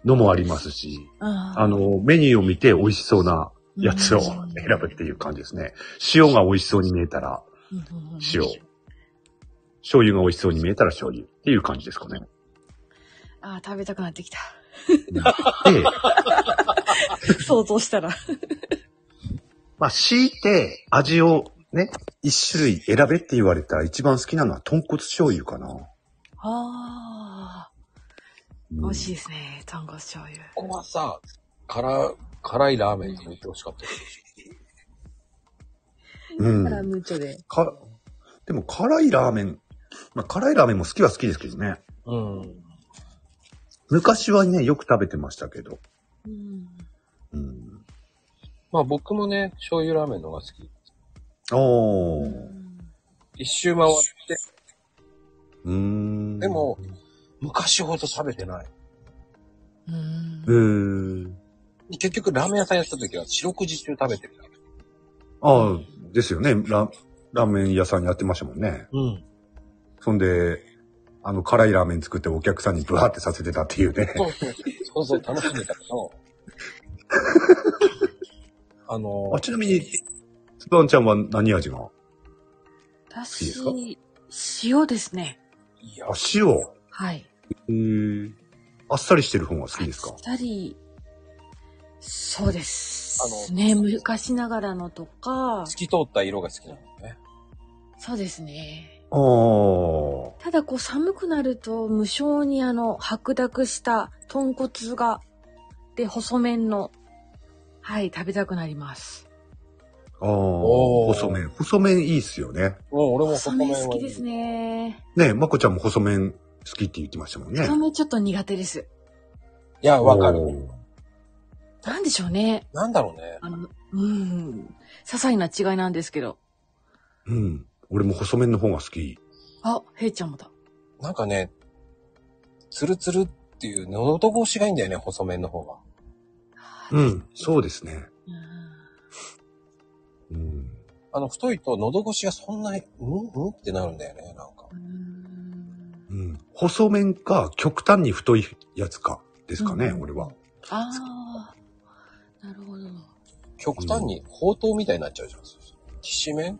[SPEAKER 4] のもありますし、
[SPEAKER 2] あ
[SPEAKER 4] あの、メニューを見て美味しそうなやつを選ぶっていう感じですね。塩が美味しそうに見えたら塩。醤油が美味しそうに見えたら醤油っていう感じですかね。
[SPEAKER 2] ああ、食べたくな ってきた。
[SPEAKER 4] で、
[SPEAKER 2] 想像したら。
[SPEAKER 4] まあ、強いて味をね、一種類選べって言われたら一番好きなのは豚骨醤油かな。
[SPEAKER 2] ああ、
[SPEAKER 4] うん
[SPEAKER 2] 美味しいですね。豚骨醤油。
[SPEAKER 1] ここはさ、辛、辛いラーメンに入ってほしかった。
[SPEAKER 4] うん。
[SPEAKER 2] ムーチョで。
[SPEAKER 4] かでも辛いラーメン、まあ、辛いラーメンも好きは好きですけどね。
[SPEAKER 1] うん。
[SPEAKER 4] 昔はね、よく食べてましたけど。
[SPEAKER 2] うん。
[SPEAKER 4] うん。
[SPEAKER 1] まあ僕もね、醤油ラーメンの方が好き。
[SPEAKER 4] おー。
[SPEAKER 1] 一周回って、
[SPEAKER 4] うーん。
[SPEAKER 1] でも、昔ほど食べてない。
[SPEAKER 2] うん
[SPEAKER 4] うーん。
[SPEAKER 1] 結局ラーメン屋さんやってた時は四六時中食べてる。
[SPEAKER 4] ああ、ですよね。ラ、ラーメン屋さんやってましたもんね。
[SPEAKER 1] うん。
[SPEAKER 4] そんで、あの、辛いラーメン作ってお客さんにブワーってさせてたっていうね。
[SPEAKER 1] そうそう。そうそう、楽しんでたけ ど。あの
[SPEAKER 4] あ、、ちなみに、スパンちゃんは何味があ、いいですか
[SPEAKER 2] 私、塩ですね。
[SPEAKER 1] いや、
[SPEAKER 4] 塩。
[SPEAKER 2] はい。
[SPEAKER 4] へえ。あっさりしてる方が好きですか
[SPEAKER 2] あっさり、そうです。
[SPEAKER 1] あの
[SPEAKER 2] ね、昔ながらのとか、
[SPEAKER 1] 透き通った色が好きなのね。
[SPEAKER 2] そうですね。
[SPEAKER 4] ああ。は
[SPEAKER 2] ただこう寒くなると無性にあの白濁した豚骨が、で、細麺の、はい、食べたくなります。
[SPEAKER 4] ああ。
[SPEAKER 1] おー
[SPEAKER 4] 細麺。細麺いいっすよね。
[SPEAKER 1] もう俺も
[SPEAKER 2] 細
[SPEAKER 1] 細麺
[SPEAKER 2] 麺
[SPEAKER 1] は
[SPEAKER 2] 好きですね。
[SPEAKER 4] ねえ、まこちゃんも細麺好きって言ってましたもんね
[SPEAKER 2] 細。麺ちょっと苦手です。
[SPEAKER 1] いや、わかる。
[SPEAKER 4] おー
[SPEAKER 2] なんでしょうね。
[SPEAKER 1] なんだろうね。
[SPEAKER 2] あの、うん。些細な違いなんですけど。
[SPEAKER 4] うん。俺も細麺の方が好き。
[SPEAKER 2] あ、ヘイちゃんもだ。
[SPEAKER 1] なんかね、ツルツルっていう喉越しがいいんだよね、細麺の方が。
[SPEAKER 4] うん。そうですね。
[SPEAKER 2] うん
[SPEAKER 4] うん。
[SPEAKER 1] あの、太いと喉越しがそんなに、うんうんってなるんだよね、なんか。
[SPEAKER 2] うん
[SPEAKER 4] うん。細麺か、極端に太いやつか、ですかね、
[SPEAKER 2] うん
[SPEAKER 4] 俺は。
[SPEAKER 2] ああ、なるほど。
[SPEAKER 1] 極端に、ほうとうみたいになっちゃうじゃん。きしめん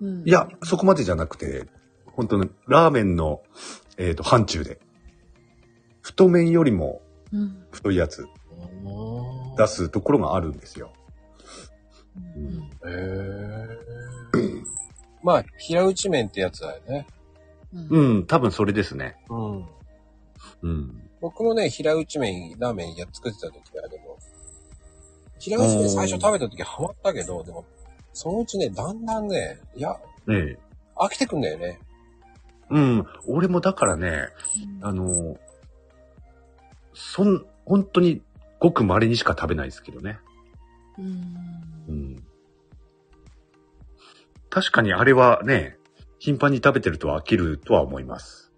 [SPEAKER 2] うん
[SPEAKER 4] いや、そこまでじゃなくて、本当にラーメンの、えっ、と、範疇で。太麺よりも
[SPEAKER 2] うん
[SPEAKER 4] 太いやつ出すところがあるんですよ。
[SPEAKER 6] うん
[SPEAKER 1] へえ。まあ、平打ち麺ってやつだよね。
[SPEAKER 4] うん、多分それですね。
[SPEAKER 1] うん。
[SPEAKER 4] うん。
[SPEAKER 1] 僕もね、平打ち麺、ラーメンや作ってた時は、でも、平打ち麺最初食べた時ハマったけど、でも、そのうちね、だんだんね、いや、
[SPEAKER 4] ねえ。
[SPEAKER 1] 飽きてくんだよね。
[SPEAKER 4] うん、俺もだからね、あの、そん、本当にごく稀にしか食べないですけどね。うん。確かにあれはね、頻繁に食べてると飽きるとは思います。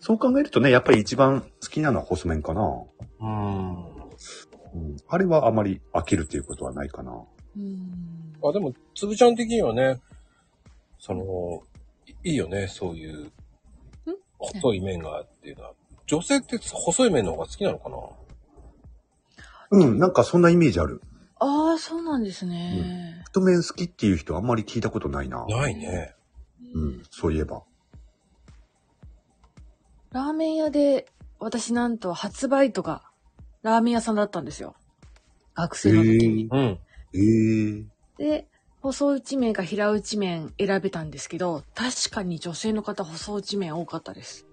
[SPEAKER 4] そう考えるとね、やっぱり一番好きなのは細麺かな。
[SPEAKER 1] うん。
[SPEAKER 4] うん。あれはあまり飽きるということはないかな。
[SPEAKER 1] あ、でも、つぶちゃん的にはね、その、いいいよね、そういう、細い麺がっていうのは。女性って細い麺の方が好きなのかな
[SPEAKER 4] うん、なんかそんなイメージある。
[SPEAKER 2] ああ、そうなんですね。
[SPEAKER 4] 太麺好きっていう人あんまり聞いたことないな。
[SPEAKER 1] ないね。
[SPEAKER 4] うん、そういえば。
[SPEAKER 2] ラーメン屋で、私なんと発売とか、ラーメン屋さんだったんですよ。学生の時に。
[SPEAKER 1] うん。
[SPEAKER 4] えー、
[SPEAKER 2] で、細打ち麺か平打ち麺選べたんですけど、確かに女性の方細打ち麺多かったです。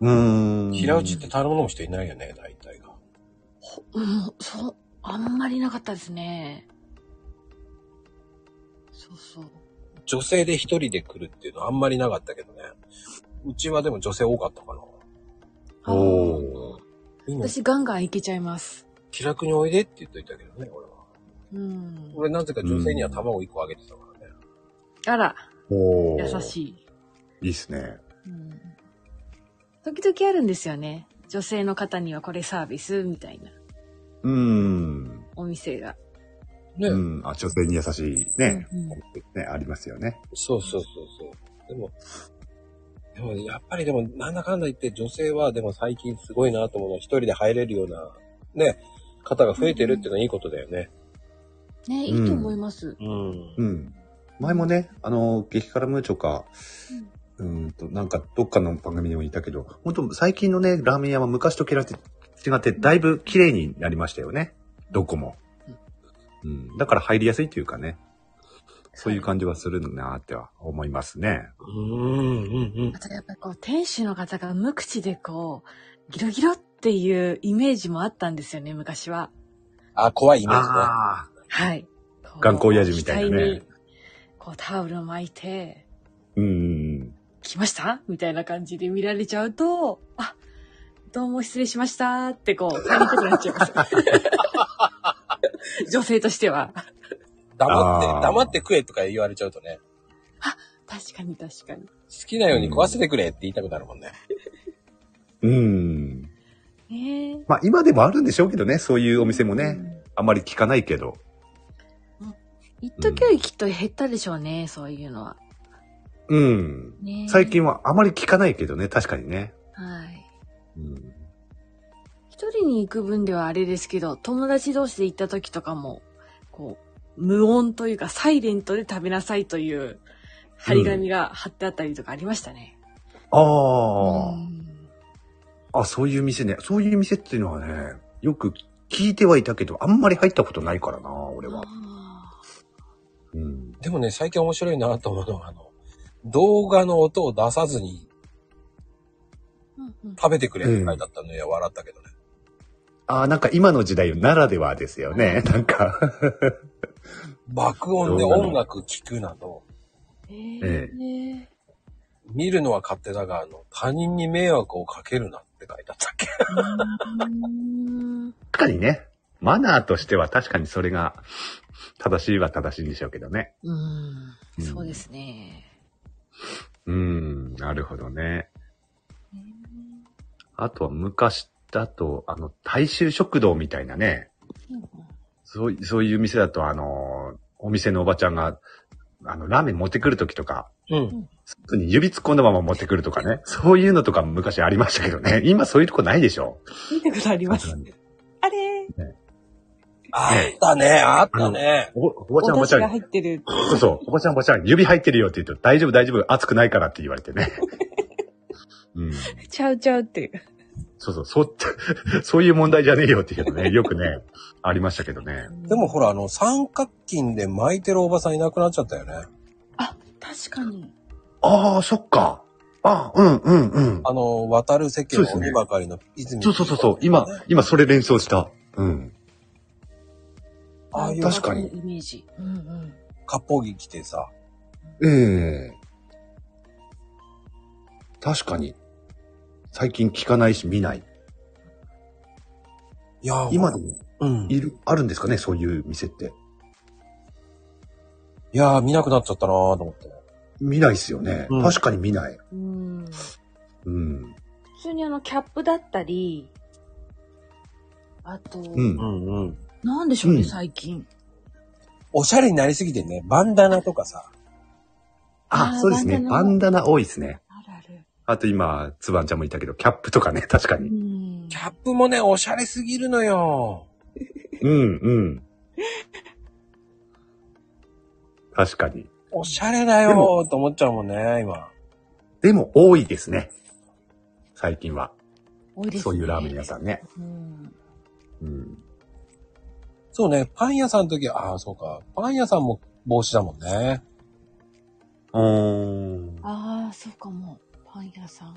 [SPEAKER 4] うーん。
[SPEAKER 1] 平打ちって頼む人いないよね、大体が。
[SPEAKER 2] うん、そう、あんまりなかったですね。そうそう。
[SPEAKER 1] 女性で一人で来るっていうのはあんまりなかったけどね。うちはでも女性多かったかな。
[SPEAKER 4] おー。
[SPEAKER 1] 今、
[SPEAKER 2] 私ガンガンいけちゃいます。
[SPEAKER 1] 気楽においでって言っといたけどね、俺は。
[SPEAKER 2] うん。
[SPEAKER 1] 俺なぜか女性には卵1個あげてたからね。
[SPEAKER 2] あら、
[SPEAKER 4] お
[SPEAKER 2] 優しい。
[SPEAKER 4] い。いいっすね。
[SPEAKER 2] うん時々あるんですよね。女性の方にはこれサービスみたいな
[SPEAKER 4] うーん。
[SPEAKER 2] お店が。
[SPEAKER 1] ね、
[SPEAKER 4] うん。あ、女性に優しいね。
[SPEAKER 2] うん
[SPEAKER 4] ね、ありますよね。
[SPEAKER 1] そうそうそうそう。でも、でもやっぱりでもなんだかんだ言って女性はでも最近すごいなと思うのは一人で入れるような、ね、方が増えてるっていうのはいいことだよね。
[SPEAKER 2] ね、いいと思います。
[SPEAKER 1] うん。
[SPEAKER 4] うん。前もね、あの、激辛ムーチョか、うーんと、なんか、どっかの番組でも言ったけど、本当最近のね、ラーメン屋は昔と違って、違って、だいぶ綺麗になりましたよね。どこも。うん。だから入りやすいというかね。そういう感じはするなーっては思いますね。
[SPEAKER 1] うん、うん、うん
[SPEAKER 2] あ。とやっぱこう、店主の方が無口でこう、ギロギロっていうイメージもあったんですよね、昔は。
[SPEAKER 1] あ、怖いイメージね。
[SPEAKER 4] ああ。
[SPEAKER 2] はい。こう
[SPEAKER 4] 頑固親父みたいなね。
[SPEAKER 2] 額にこう、タオルを巻いて、
[SPEAKER 4] うんうんうん。
[SPEAKER 2] 来ましたみたいな感じで見られちゃうと、あ、どうも失礼しましたってこう、やりたくなっちゃいます。女性としては。
[SPEAKER 1] 黙っ
[SPEAKER 4] あ
[SPEAKER 1] て、
[SPEAKER 4] ー
[SPEAKER 1] 黙って食えとか言われちゃうとね、
[SPEAKER 2] 確かに確かに。
[SPEAKER 1] 好きなように食わせてくれって言いたくなるもんね。
[SPEAKER 4] うん。
[SPEAKER 2] ね
[SPEAKER 4] まあ今でもあるんでしょうけどね、そういうお店もね、あまり聞かないけど。
[SPEAKER 2] 一時よりきっと減ったでしょうね、そういうのは。
[SPEAKER 4] うん。
[SPEAKER 2] ね
[SPEAKER 4] 最。近はあまり聞かないけどね、確かにね。
[SPEAKER 2] はい。
[SPEAKER 4] うん。
[SPEAKER 2] 一人に行く分ではあれですけど、友達同士で行った時とかも、こう、無音というか、サイレントで食べなさいという、張り紙が貼ってあったりとかありましたね。
[SPEAKER 4] あ
[SPEAKER 2] う
[SPEAKER 4] あ、
[SPEAKER 2] ん
[SPEAKER 4] あ、そういう店ね。そういう店っていうのはね、よく聞いてはいたけど、あんまり入ったことないからな、俺は。
[SPEAKER 2] あ
[SPEAKER 4] うん。
[SPEAKER 1] でもね、最近面白いなと思うのは、あの、動画の音を出さずに
[SPEAKER 2] ーうんうん
[SPEAKER 1] 食べてくれって書いてあったのよ、笑ったけどね。
[SPEAKER 4] ああ、なんか今の時代ならではですよね。なんか
[SPEAKER 1] 爆音で
[SPEAKER 4] 動画の
[SPEAKER 1] 音楽聴くなど、
[SPEAKER 4] え
[SPEAKER 2] ね
[SPEAKER 1] 見るのは勝手だが、あの、他人に迷惑をかけるなって書いてあったっけ。
[SPEAKER 2] うん
[SPEAKER 4] 確かにね。マナーとしては確かにそれが正しいは正しいんでしょうけどね。
[SPEAKER 2] うん
[SPEAKER 4] うん
[SPEAKER 2] そうですね。
[SPEAKER 4] うん、なるほどね。あとは昔だと、あの、大衆食堂みたいなね、そういそういう店だと、あの、お店のおばちゃんが、あの、ラーメン持ってくるときとか、
[SPEAKER 1] うん。
[SPEAKER 4] スープに指突っ込んだまま持ってくるとかね、そういうのとか昔ありましたけどね、今そういうとこないでしょ。
[SPEAKER 2] 見たことあります。
[SPEAKER 7] あれ
[SPEAKER 1] あったね、あったね。
[SPEAKER 4] お、おばちゃんおばちゃん、
[SPEAKER 8] が入ってる。
[SPEAKER 4] そうそう、おばちゃんおばちゃん、指入ってるよって言うと、大丈夫大丈夫、熱くないからって言われてね。うん。
[SPEAKER 8] ちゃうちゃうって。
[SPEAKER 4] そうそう、そう、 そういう問題じゃねえよっていうのね、よくね、ありましたけどね。
[SPEAKER 1] でもほら、あの、三角巾で巻いてるおばさんいなくなっちゃったよね。
[SPEAKER 2] 確かに。
[SPEAKER 4] ああ、そっか。ああ、うん、うん、うん。
[SPEAKER 1] あの、渡る世間
[SPEAKER 4] そうです
[SPEAKER 1] を
[SPEAKER 4] ね
[SPEAKER 1] 見ばかりの泉、
[SPEAKER 4] そうそうそうそう、今、今それ連想した。うん。
[SPEAKER 1] ああいう
[SPEAKER 4] 確かに
[SPEAKER 2] イメージ。うんうん。
[SPEAKER 1] 割烹着着てさ、
[SPEAKER 4] ええ確かに。最近聞かないし見ない。
[SPEAKER 1] いやー、
[SPEAKER 4] 今でも
[SPEAKER 1] うん。い
[SPEAKER 4] いる、あるんですかね、そういう店って。
[SPEAKER 1] やー、見なくなっちゃったなーと思って。
[SPEAKER 4] 見ないっすよね。
[SPEAKER 1] うん
[SPEAKER 4] 確かに見ない。
[SPEAKER 2] うん。
[SPEAKER 4] うん。
[SPEAKER 2] 普通にあの、キャップだったり、あと、
[SPEAKER 4] うん。
[SPEAKER 1] んうん。
[SPEAKER 2] なんでしょうね、
[SPEAKER 4] うん
[SPEAKER 2] 最近。
[SPEAKER 1] おしゃれになりすぎてね、バンダナとかさ、
[SPEAKER 4] あ
[SPEAKER 2] あー
[SPEAKER 4] そうですね。
[SPEAKER 2] バ
[SPEAKER 4] バ
[SPEAKER 2] ン
[SPEAKER 4] ンダナ多いですね。
[SPEAKER 2] あるある。
[SPEAKER 4] あと今、つばんちゃんもいたけど、キャップとかね、確か
[SPEAKER 2] う
[SPEAKER 4] に。
[SPEAKER 2] ん
[SPEAKER 1] キャップもね、おしゃれすぎるのよ。
[SPEAKER 4] うん、うん。確かに。
[SPEAKER 1] おしゃれだよ
[SPEAKER 4] で
[SPEAKER 1] ーと思っちゃうもんね、今。
[SPEAKER 4] でも、多いですね。最近は。
[SPEAKER 2] 多いですね。
[SPEAKER 4] そういうラーメン屋さんね。
[SPEAKER 2] うん。
[SPEAKER 4] うん。
[SPEAKER 1] そうね、パン屋さんの時、ああ、そうか。パン屋さんも帽子だもんね。
[SPEAKER 4] おー。
[SPEAKER 2] ああ、そうかも。パン屋さん。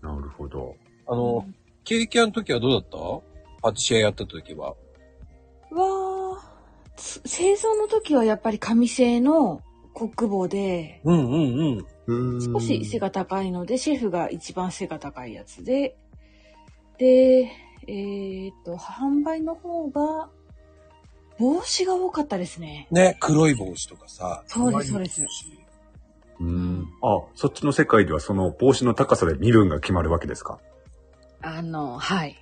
[SPEAKER 4] なるほど。
[SPEAKER 1] あの、経験の時はどうだったパティシエやってた時は。
[SPEAKER 2] わあ、つ製造の時はやっぱり紙製のコック帽で、
[SPEAKER 1] うんうんうん。
[SPEAKER 2] 少し背が高いので、シェフが一番背が高いやつで、で、えーっと、販売の方が、帽子が多かったですね。
[SPEAKER 1] ね、黒い帽子とかさ。
[SPEAKER 2] そうですそうです
[SPEAKER 4] うん。あ、そっちの世界ではその帽子の高さで身分が決まるわけですか
[SPEAKER 2] あの、はい。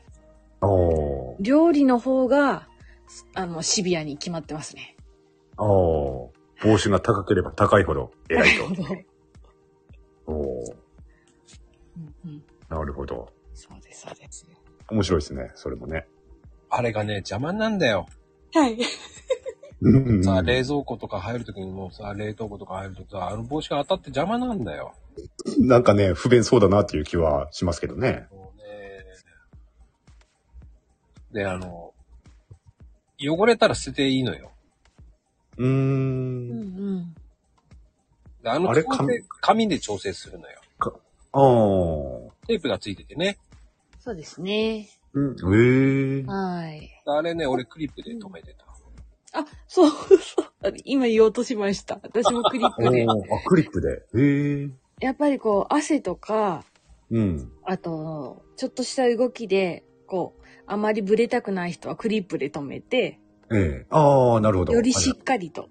[SPEAKER 4] おー。
[SPEAKER 2] 料理の方が、あの、シビアに決まってますね。
[SPEAKER 4] おー。帽子が高ければ高いほど偉いと。 お
[SPEAKER 2] う
[SPEAKER 4] ー。
[SPEAKER 2] んうん、
[SPEAKER 4] なるほど。
[SPEAKER 2] そうです、そうです。
[SPEAKER 4] 面白いですね、それもね。
[SPEAKER 1] あれがね、邪魔なんだよ。
[SPEAKER 2] はい。
[SPEAKER 4] うん
[SPEAKER 1] さあ、冷蔵庫とか入るときにもさ、冷凍庫とか入るときさ、あの帽子が当たって邪魔なんだよ。
[SPEAKER 4] なんかね、不便そうだなっていう気はしますけどね。
[SPEAKER 1] そうね。で、あの、汚れたら捨てていいのよ。
[SPEAKER 4] うー。
[SPEAKER 2] うんん
[SPEAKER 1] であの
[SPEAKER 4] あれ
[SPEAKER 1] 調整
[SPEAKER 4] 紙
[SPEAKER 1] 紙で調整するのよ。
[SPEAKER 4] あー。
[SPEAKER 1] テープがついててね。
[SPEAKER 2] そうですね。
[SPEAKER 4] うん。えー。
[SPEAKER 2] はい。
[SPEAKER 1] あれね、俺クリップで止めてた。
[SPEAKER 2] あ、そう そう。今言おうとしました。私もクリッ
[SPEAKER 4] お
[SPEAKER 2] プで
[SPEAKER 4] ー。あ、クリップで。えー。
[SPEAKER 2] やっぱりこう、汗とか、
[SPEAKER 4] うん。
[SPEAKER 2] あと、ちょっとした動きで、こう、あまりブレたくない人はクリップで止めて、
[SPEAKER 4] ええあー、なるほど。
[SPEAKER 2] よりしっかりと。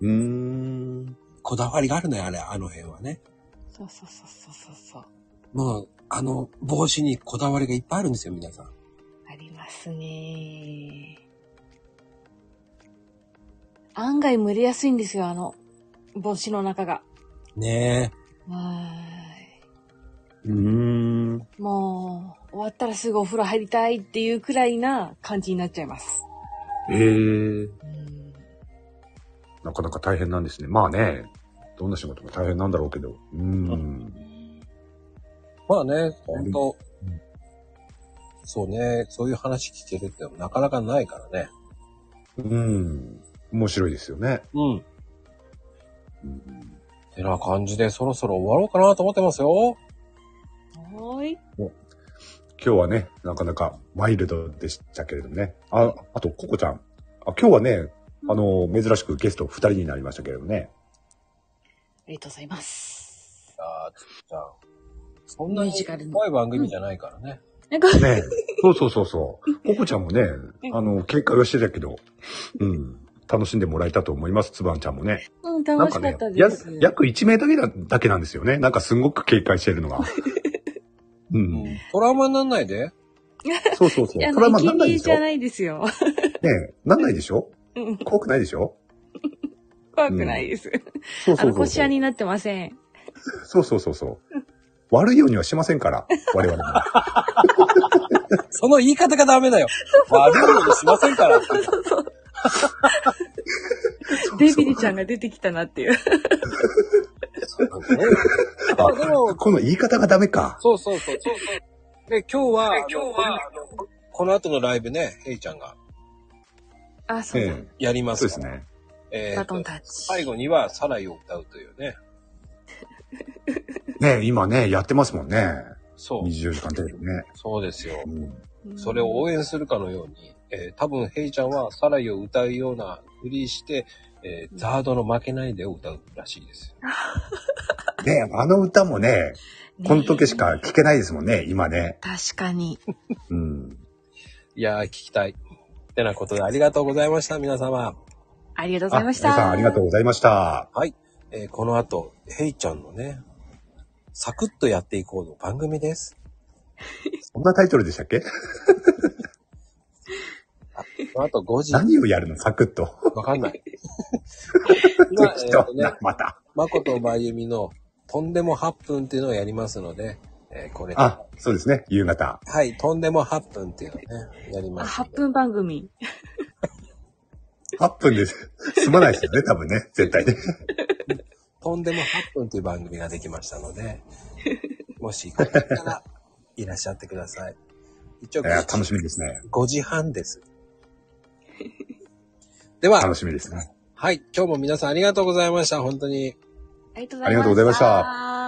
[SPEAKER 2] うん
[SPEAKER 4] うーん。
[SPEAKER 1] こだわりがあるのよ、あれ、あの辺はね。
[SPEAKER 2] そうそうそうそうそうそう。
[SPEAKER 1] もう、あの、帽子にこだわりがいっぱいあるんですよ、皆さん。
[SPEAKER 2] ありますね。案外蒸れやすいんですよ、あの、帽子の中が。
[SPEAKER 1] ね
[SPEAKER 2] は
[SPEAKER 4] うーん。
[SPEAKER 2] ーい。もう、終わったらすぐお風呂入りたいっていうくらいな感じになっちゃいます。
[SPEAKER 4] ええ
[SPEAKER 2] うん
[SPEAKER 4] なかなか大変なんですね。まあね、どんな仕事も大変なんだろうけど。うーん。
[SPEAKER 1] え。まあね、ほんと、そうね、そういう話聞けるってなかなかないからね。
[SPEAKER 4] うん。面白いですよね。
[SPEAKER 1] うん。
[SPEAKER 4] うん
[SPEAKER 1] てな感じで、そろそろ終わろうかなと思ってますよ。
[SPEAKER 2] はーい。
[SPEAKER 4] 今日はね、なかなかワイルドでしたけれどもね。あ、あと、ココちゃん。あ、今日はね、あの、珍しくゲスト2人になりましたけれどもね。
[SPEAKER 2] ありがとうございます。
[SPEAKER 1] あーつっちゃん。そんな
[SPEAKER 2] ミ
[SPEAKER 1] に
[SPEAKER 2] ュージカルの
[SPEAKER 1] 怖い番組じゃないからね。
[SPEAKER 2] なんか、
[SPEAKER 4] ねそうそうそう そう。ココちゃんもね、あの、警戒はしてたけど、うん。楽しんでもらえたと思います。つばんちゃんもね。
[SPEAKER 2] うん、
[SPEAKER 4] な
[SPEAKER 2] 楽
[SPEAKER 4] ん
[SPEAKER 2] し
[SPEAKER 4] か
[SPEAKER 2] か
[SPEAKER 4] ね
[SPEAKER 2] った、で
[SPEAKER 4] や
[SPEAKER 2] す。
[SPEAKER 4] 約1名だけだだけなんですよね。なんかすんごく警戒してるのが。うん。
[SPEAKER 1] トラウマになんないで。
[SPEAKER 4] そうそうそう。
[SPEAKER 2] あ
[SPEAKER 4] ト
[SPEAKER 2] の
[SPEAKER 4] ラウマ
[SPEAKER 2] 生
[SPEAKER 4] になんない
[SPEAKER 2] 贄
[SPEAKER 4] でし
[SPEAKER 2] じゃ
[SPEAKER 4] ょ
[SPEAKER 2] な
[SPEAKER 4] ね
[SPEAKER 2] いですよ。
[SPEAKER 4] えなんないでしょ
[SPEAKER 2] うん
[SPEAKER 4] 怖くないでしょ
[SPEAKER 2] 怖くないです。
[SPEAKER 4] そ
[SPEAKER 2] あ
[SPEAKER 4] うそう
[SPEAKER 2] の、
[SPEAKER 4] そう
[SPEAKER 2] 腰
[SPEAKER 4] そ
[SPEAKER 2] 輪
[SPEAKER 4] う。
[SPEAKER 2] になってません。
[SPEAKER 4] そうそうそうそう。悪いようにはしませんから、我々は。
[SPEAKER 1] その言い方がダメだよ。悪いようにしません からって。
[SPEAKER 2] デビルちゃんが出てきたなっていう。
[SPEAKER 1] そうなんですね。まあでも、
[SPEAKER 4] この言い方がダメか。
[SPEAKER 1] そうそうそうそうそう。で、今日は、今日は、この後のライブね、ヘイちゃんが
[SPEAKER 9] あ、そうだ。
[SPEAKER 4] ん。
[SPEAKER 1] やりま
[SPEAKER 4] そう
[SPEAKER 1] す
[SPEAKER 4] です
[SPEAKER 1] ね。
[SPEAKER 4] ね。
[SPEAKER 1] え
[SPEAKER 9] バ
[SPEAKER 1] ー
[SPEAKER 9] トン
[SPEAKER 1] と
[SPEAKER 9] タッチ。
[SPEAKER 1] 最後にはサライを歌うというね。
[SPEAKER 4] ね今ね、やってますもんね。
[SPEAKER 1] そう。
[SPEAKER 4] 24時間テレビね。
[SPEAKER 1] そうですよ。
[SPEAKER 4] うん
[SPEAKER 1] それを応援するかのように、えー多分ヘイちゃんはサライを歌うようなふりして、えーザードの負けないでを歌うらしいですよ。
[SPEAKER 4] ねあの歌もね、
[SPEAKER 9] ね
[SPEAKER 4] この時しか聴けないですもんね、今ね。
[SPEAKER 9] 確かに。
[SPEAKER 4] うん。
[SPEAKER 1] いやー、聞きたい。ってなことでありがとうございました、皆様。
[SPEAKER 9] ありがとうご
[SPEAKER 4] あ
[SPEAKER 9] ざいました。
[SPEAKER 4] 皆さんありがとうございました。
[SPEAKER 1] えーこの後、ヘイちゃんのね、サクッとやっていこうの番組です。
[SPEAKER 4] そんなタイトルでしたっけ
[SPEAKER 1] この後5時、
[SPEAKER 4] 何をやるのサクッと。
[SPEAKER 1] わかん ない。今、え
[SPEAKER 4] 適
[SPEAKER 1] ー
[SPEAKER 4] 当
[SPEAKER 1] とね
[SPEAKER 4] な、、また。
[SPEAKER 1] まことまゆみのとんでも8分っていうのをやりますので、えーこれ、
[SPEAKER 4] あ
[SPEAKER 1] は、
[SPEAKER 4] そうですね、夕方。
[SPEAKER 1] い、とんでも8分っていうのをね、やり
[SPEAKER 9] あ
[SPEAKER 1] ますの
[SPEAKER 9] 8
[SPEAKER 1] で。
[SPEAKER 9] 分番組。
[SPEAKER 4] 8分で済まないですよね、多分ね、絶対ね。
[SPEAKER 1] とんでも8分という番組ができましたので、 もし、これからいらっしゃってください。一応
[SPEAKER 4] いや楽しみですね。
[SPEAKER 1] 5時半です。では、
[SPEAKER 4] 楽しみですね。
[SPEAKER 1] はい、今日も皆さんありがとうございました。本当に。
[SPEAKER 9] ありがとう。
[SPEAKER 4] ありがとうございました